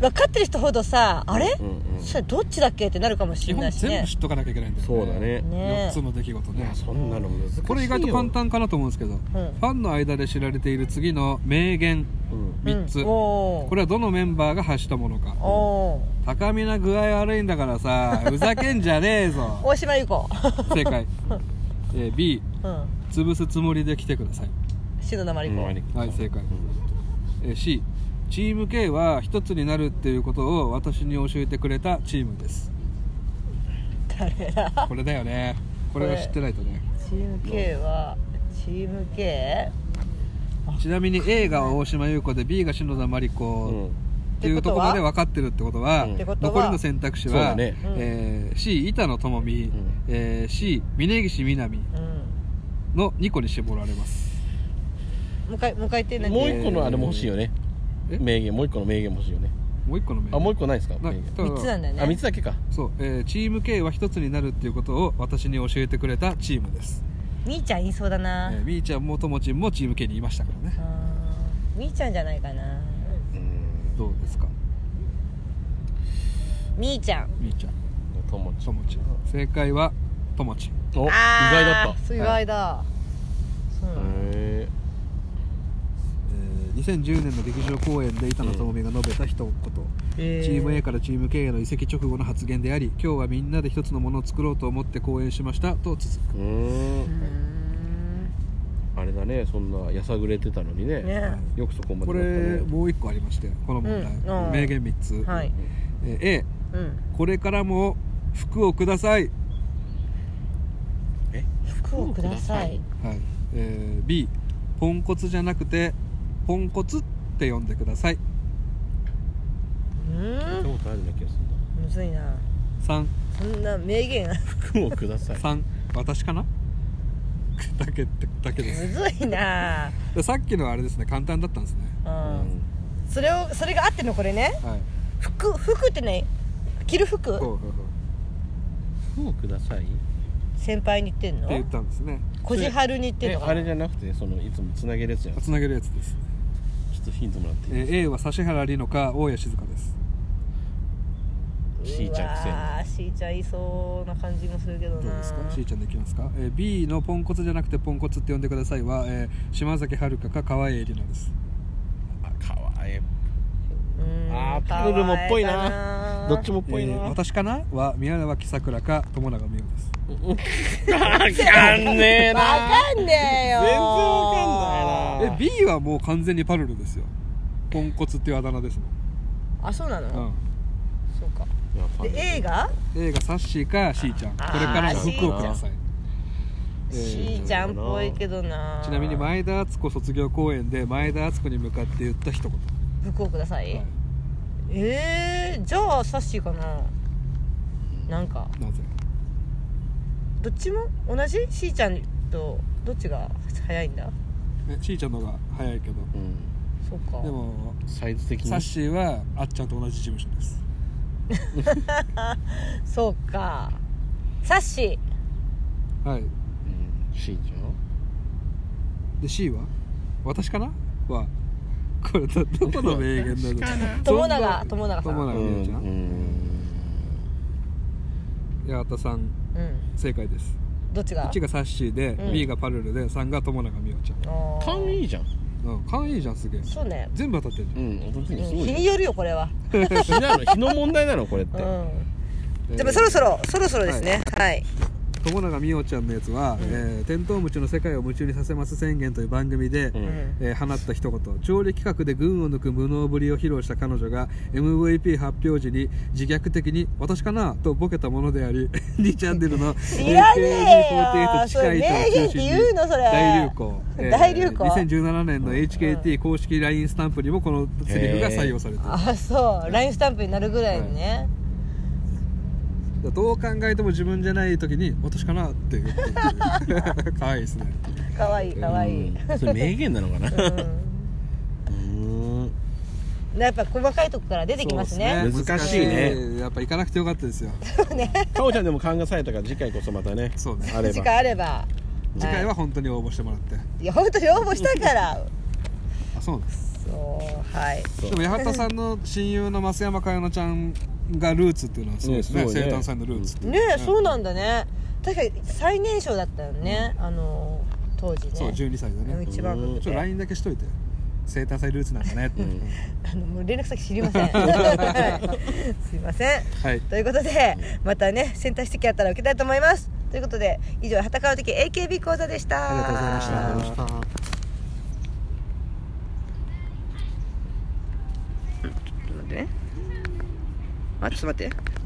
Speaker 1: 分かってる人ほどさあれ
Speaker 3: うんうん
Speaker 1: それどっちだっけってなるかもし
Speaker 2: 基
Speaker 1: れな
Speaker 2: 本
Speaker 1: いし
Speaker 2: 全
Speaker 1: ね
Speaker 2: 部知っとかなきゃいけないんだよ
Speaker 3: そうだね
Speaker 1: ね
Speaker 2: 4つの出来事
Speaker 3: い
Speaker 2: ね
Speaker 3: やそんなの難しいよ
Speaker 2: これ意外と簡、単かなと思うんですけど、ファンの間で知られている次の名言
Speaker 3: うん
Speaker 2: 3つ、
Speaker 1: うん
Speaker 2: こ
Speaker 1: おー
Speaker 2: れはどのメンバーが発したものか
Speaker 1: おー
Speaker 2: 高みな具合悪いんだからさふざけんじゃねえぞ
Speaker 1: 大島優子
Speaker 2: 正解、えー B
Speaker 1: うん
Speaker 2: 潰すつもりで来てください、
Speaker 1: 篠田麻里子
Speaker 2: はい正解
Speaker 3: う
Speaker 2: えー C チーム K は一つになるっていうことを私に教えてくれたチームです
Speaker 1: 誰だ
Speaker 2: これだよねこれは知ってないとね
Speaker 1: チーム K はチーム K
Speaker 2: ちなみに A が大島優子で B が篠田真理
Speaker 3: んう
Speaker 2: 子
Speaker 3: ん
Speaker 2: っていうところまで分かってるってことは,、
Speaker 3: うんって
Speaker 1: ことは
Speaker 2: 残りの選択肢
Speaker 3: そう
Speaker 2: は、
Speaker 3: だね
Speaker 2: えー C 板野友美、
Speaker 3: ん
Speaker 2: えー C 峯岸みなみ
Speaker 1: うん
Speaker 2: の2個に絞られます
Speaker 1: もう一回もう一回言って何
Speaker 3: もう一個のあれも欲しいよね
Speaker 2: え
Speaker 3: 名言もう一個の名言も欲しいよね
Speaker 2: もう1個の名
Speaker 3: あもう一個ないですか
Speaker 2: な
Speaker 3: 名言
Speaker 2: ただ
Speaker 1: 三つなんだよね
Speaker 3: あ三つだけか
Speaker 2: そう、えーチーム K は一つになるっていうことを私に教えてくれたチームです、
Speaker 1: みーちゃん言いそうだ
Speaker 2: え
Speaker 1: な、
Speaker 2: ー、みーちゃんもともちんもチーム K にいましたからね
Speaker 1: うんみーちゃんじゃないかな
Speaker 3: うん
Speaker 2: どうですか
Speaker 1: みーちゃん
Speaker 2: みーちゃん
Speaker 3: ともち
Speaker 2: ともちん正解はともちん
Speaker 3: お意
Speaker 1: あー
Speaker 3: 外だっ
Speaker 1: そう意外だ、そう
Speaker 3: た
Speaker 1: なの
Speaker 3: へえ
Speaker 2: えー2010年の劇場公演で板野友美が述べた一言、
Speaker 1: へー
Speaker 2: チーム A からチーム K への移籍直後の発言であり今日はみんなで一つのものを作ろうと思って公演しましたと続く
Speaker 1: う
Speaker 3: う
Speaker 1: ー
Speaker 3: ん
Speaker 1: ん
Speaker 3: あれだねそんなやさぐれてたのにね
Speaker 1: ね
Speaker 3: よくそこま
Speaker 2: こ
Speaker 3: で
Speaker 2: れ
Speaker 3: やったね
Speaker 2: もう一個ありましてこの問題、
Speaker 1: うんうん
Speaker 2: 名言3つ、
Speaker 1: はい
Speaker 2: えー A
Speaker 1: うん
Speaker 2: これからも服をください、
Speaker 1: 服をください
Speaker 2: はいえー B ポンコツじゃなくてポンコツって呼んでくださいう
Speaker 1: ー
Speaker 3: 聞いた
Speaker 1: ん
Speaker 3: ことあるような気がす
Speaker 1: むずいな
Speaker 2: 33
Speaker 1: そんな名言む
Speaker 3: るな服をください
Speaker 2: 私かな だけってだけです
Speaker 1: ずいな
Speaker 2: でさっきのはあれですね簡単だったんですね
Speaker 1: う
Speaker 3: うんん
Speaker 1: それをそれがあってんのこれね
Speaker 2: はい
Speaker 1: 服服ってね着る服
Speaker 2: ほうほうほう
Speaker 3: 服をください
Speaker 1: 先輩に言ってん
Speaker 2: って言
Speaker 1: の
Speaker 2: ったんですね
Speaker 1: こじはるに言ってん
Speaker 3: え
Speaker 1: のか
Speaker 3: あれ
Speaker 1: な
Speaker 3: じゃなくてそのいつもつなげるやつじゃんちょ
Speaker 2: つなげるやつです、
Speaker 3: っとヒントもらっていい
Speaker 2: えー A は指原莉乃か大谷静香です
Speaker 3: しーちゃんくせえな
Speaker 1: うわーしーちゃんいそうな感じもするけど
Speaker 2: ど
Speaker 1: な
Speaker 2: うですかしーちゃんできますか、えー B のポンコツじゃなくてポンコツって呼んでくださいは、えー島崎遥香か川栄莉乃です
Speaker 3: あかわいいう
Speaker 1: ーん
Speaker 3: あー
Speaker 1: 可愛
Speaker 3: プルルもっぽいな
Speaker 1: かな
Speaker 3: どっちもっぽい
Speaker 2: えー
Speaker 3: な
Speaker 2: 私かなは宮脇さくらか友永美桜です
Speaker 3: わかんねえな
Speaker 1: わかんねえよ
Speaker 3: 全然わかんないな
Speaker 2: え B はもう完全にパルルですよポンコツっていうあだ名です
Speaker 1: あそうなの、
Speaker 2: もん、
Speaker 1: そうか
Speaker 3: やっぱり
Speaker 1: で A が
Speaker 2: A がサッシーかしーちゃんこ
Speaker 1: あー
Speaker 2: れからも服をくださいえ
Speaker 1: し
Speaker 2: ー
Speaker 1: ーちゃんっぽいけどな
Speaker 2: ちなみに前田敦子卒業公演で前田敦子に向かって言った一言、
Speaker 1: 服をください、
Speaker 2: はい
Speaker 1: えー、じゃあサッシーかななんか
Speaker 2: なぜ
Speaker 1: どっちも同じしーちゃんとどっちが早いんだ
Speaker 2: ねちーちゃんの方が早いけど
Speaker 3: うん
Speaker 1: そうか
Speaker 2: でも
Speaker 3: サイズ的に
Speaker 2: サッシーはあっちゃんと同じ事務所です
Speaker 1: そうかサッシ
Speaker 2: はい
Speaker 3: うんしーち
Speaker 2: で C は私かなはこれどどこの名言なの
Speaker 1: ー友永友永さん
Speaker 2: 友
Speaker 3: ゃ
Speaker 2: 永
Speaker 3: ん
Speaker 2: 美ちゃ
Speaker 3: うん
Speaker 2: 八幡さん
Speaker 1: うん
Speaker 2: 正解です
Speaker 1: どっちが
Speaker 2: 1がサッシーで、
Speaker 1: うん
Speaker 2: B がパルルで3が友永美桜ち
Speaker 1: あー
Speaker 3: 勘いいじゃん
Speaker 2: ゃんうん勘いいじゃんすげえ
Speaker 1: そうね
Speaker 2: 全部当たってるじ
Speaker 3: うん本当
Speaker 1: うん
Speaker 3: にす
Speaker 1: 日
Speaker 3: ごい
Speaker 1: によるよこれは
Speaker 3: よ日なの日の問題なのこれっ
Speaker 1: う
Speaker 3: て
Speaker 1: ん
Speaker 2: ゃん
Speaker 1: でもそろそろそろそろですねはい
Speaker 2: 友永美桜ちゃんのやつは、えーテントウムチの世界を夢中にさせます宣言」という番組で、
Speaker 3: うん
Speaker 1: うん
Speaker 2: えー放った一言調理企画で群を抜く無能ぶりを披露した彼女が MVP 発表時に自虐的に「私かな?」とボケたものであり 2チャンネルの
Speaker 1: 知らねえよ
Speaker 2: AKB48 近い人を
Speaker 1: そ
Speaker 2: 中
Speaker 1: れ名
Speaker 2: 心
Speaker 1: 言
Speaker 2: に
Speaker 1: って言うのそれ
Speaker 2: 大流行、
Speaker 1: 大流行
Speaker 2: 2017年の HKT 公式 LINE スタンプにもこのセリフが採用されている
Speaker 1: あそうラインスタンプになるぐらいにね
Speaker 2: どう考えても自分じゃない時に「私かな?」って言 ってるかわいいですね
Speaker 1: かわいいかわいい
Speaker 3: うんそれ名言なのかなうーん
Speaker 1: やっぱ細かいとこから出てきますね
Speaker 2: そうです
Speaker 3: 難しいね
Speaker 2: 難しいやっぱ行かなくてよかったですよ
Speaker 3: かおちゃんでも勘がされたから次回こそまたね
Speaker 2: そうね
Speaker 3: あれ
Speaker 1: 時
Speaker 3: ば
Speaker 1: 間あれば
Speaker 2: 次回は本当に応募してもらって
Speaker 1: いや本当に応募したから
Speaker 2: あそうなんです
Speaker 1: そうはい
Speaker 3: そう
Speaker 2: でも八幡さんの親友の増山かよのちゃんがルーツっていうのはそうですね
Speaker 3: ねすごい
Speaker 2: 生
Speaker 3: ね
Speaker 2: 誕祭のルーツっていう
Speaker 1: ねえそうなんだね確かに最年少だったよね、あの当時ね
Speaker 2: そう12歳だ
Speaker 1: うん
Speaker 2: ね
Speaker 1: 一番
Speaker 3: うん
Speaker 1: 若く
Speaker 2: ちょ
Speaker 1: て
Speaker 2: っと LINE だけしといて生誕祭ルーツなんだねって
Speaker 3: うん
Speaker 1: あのもう連絡先知りま せん はいすいません
Speaker 2: はい
Speaker 1: ということでまたねセンター指摘あったら受けたいと思いますということで以上「はたかの的 AKB 講座」でした
Speaker 2: ありがとうございましたありがとうございました
Speaker 1: ちょっと待ってねあちょっと待って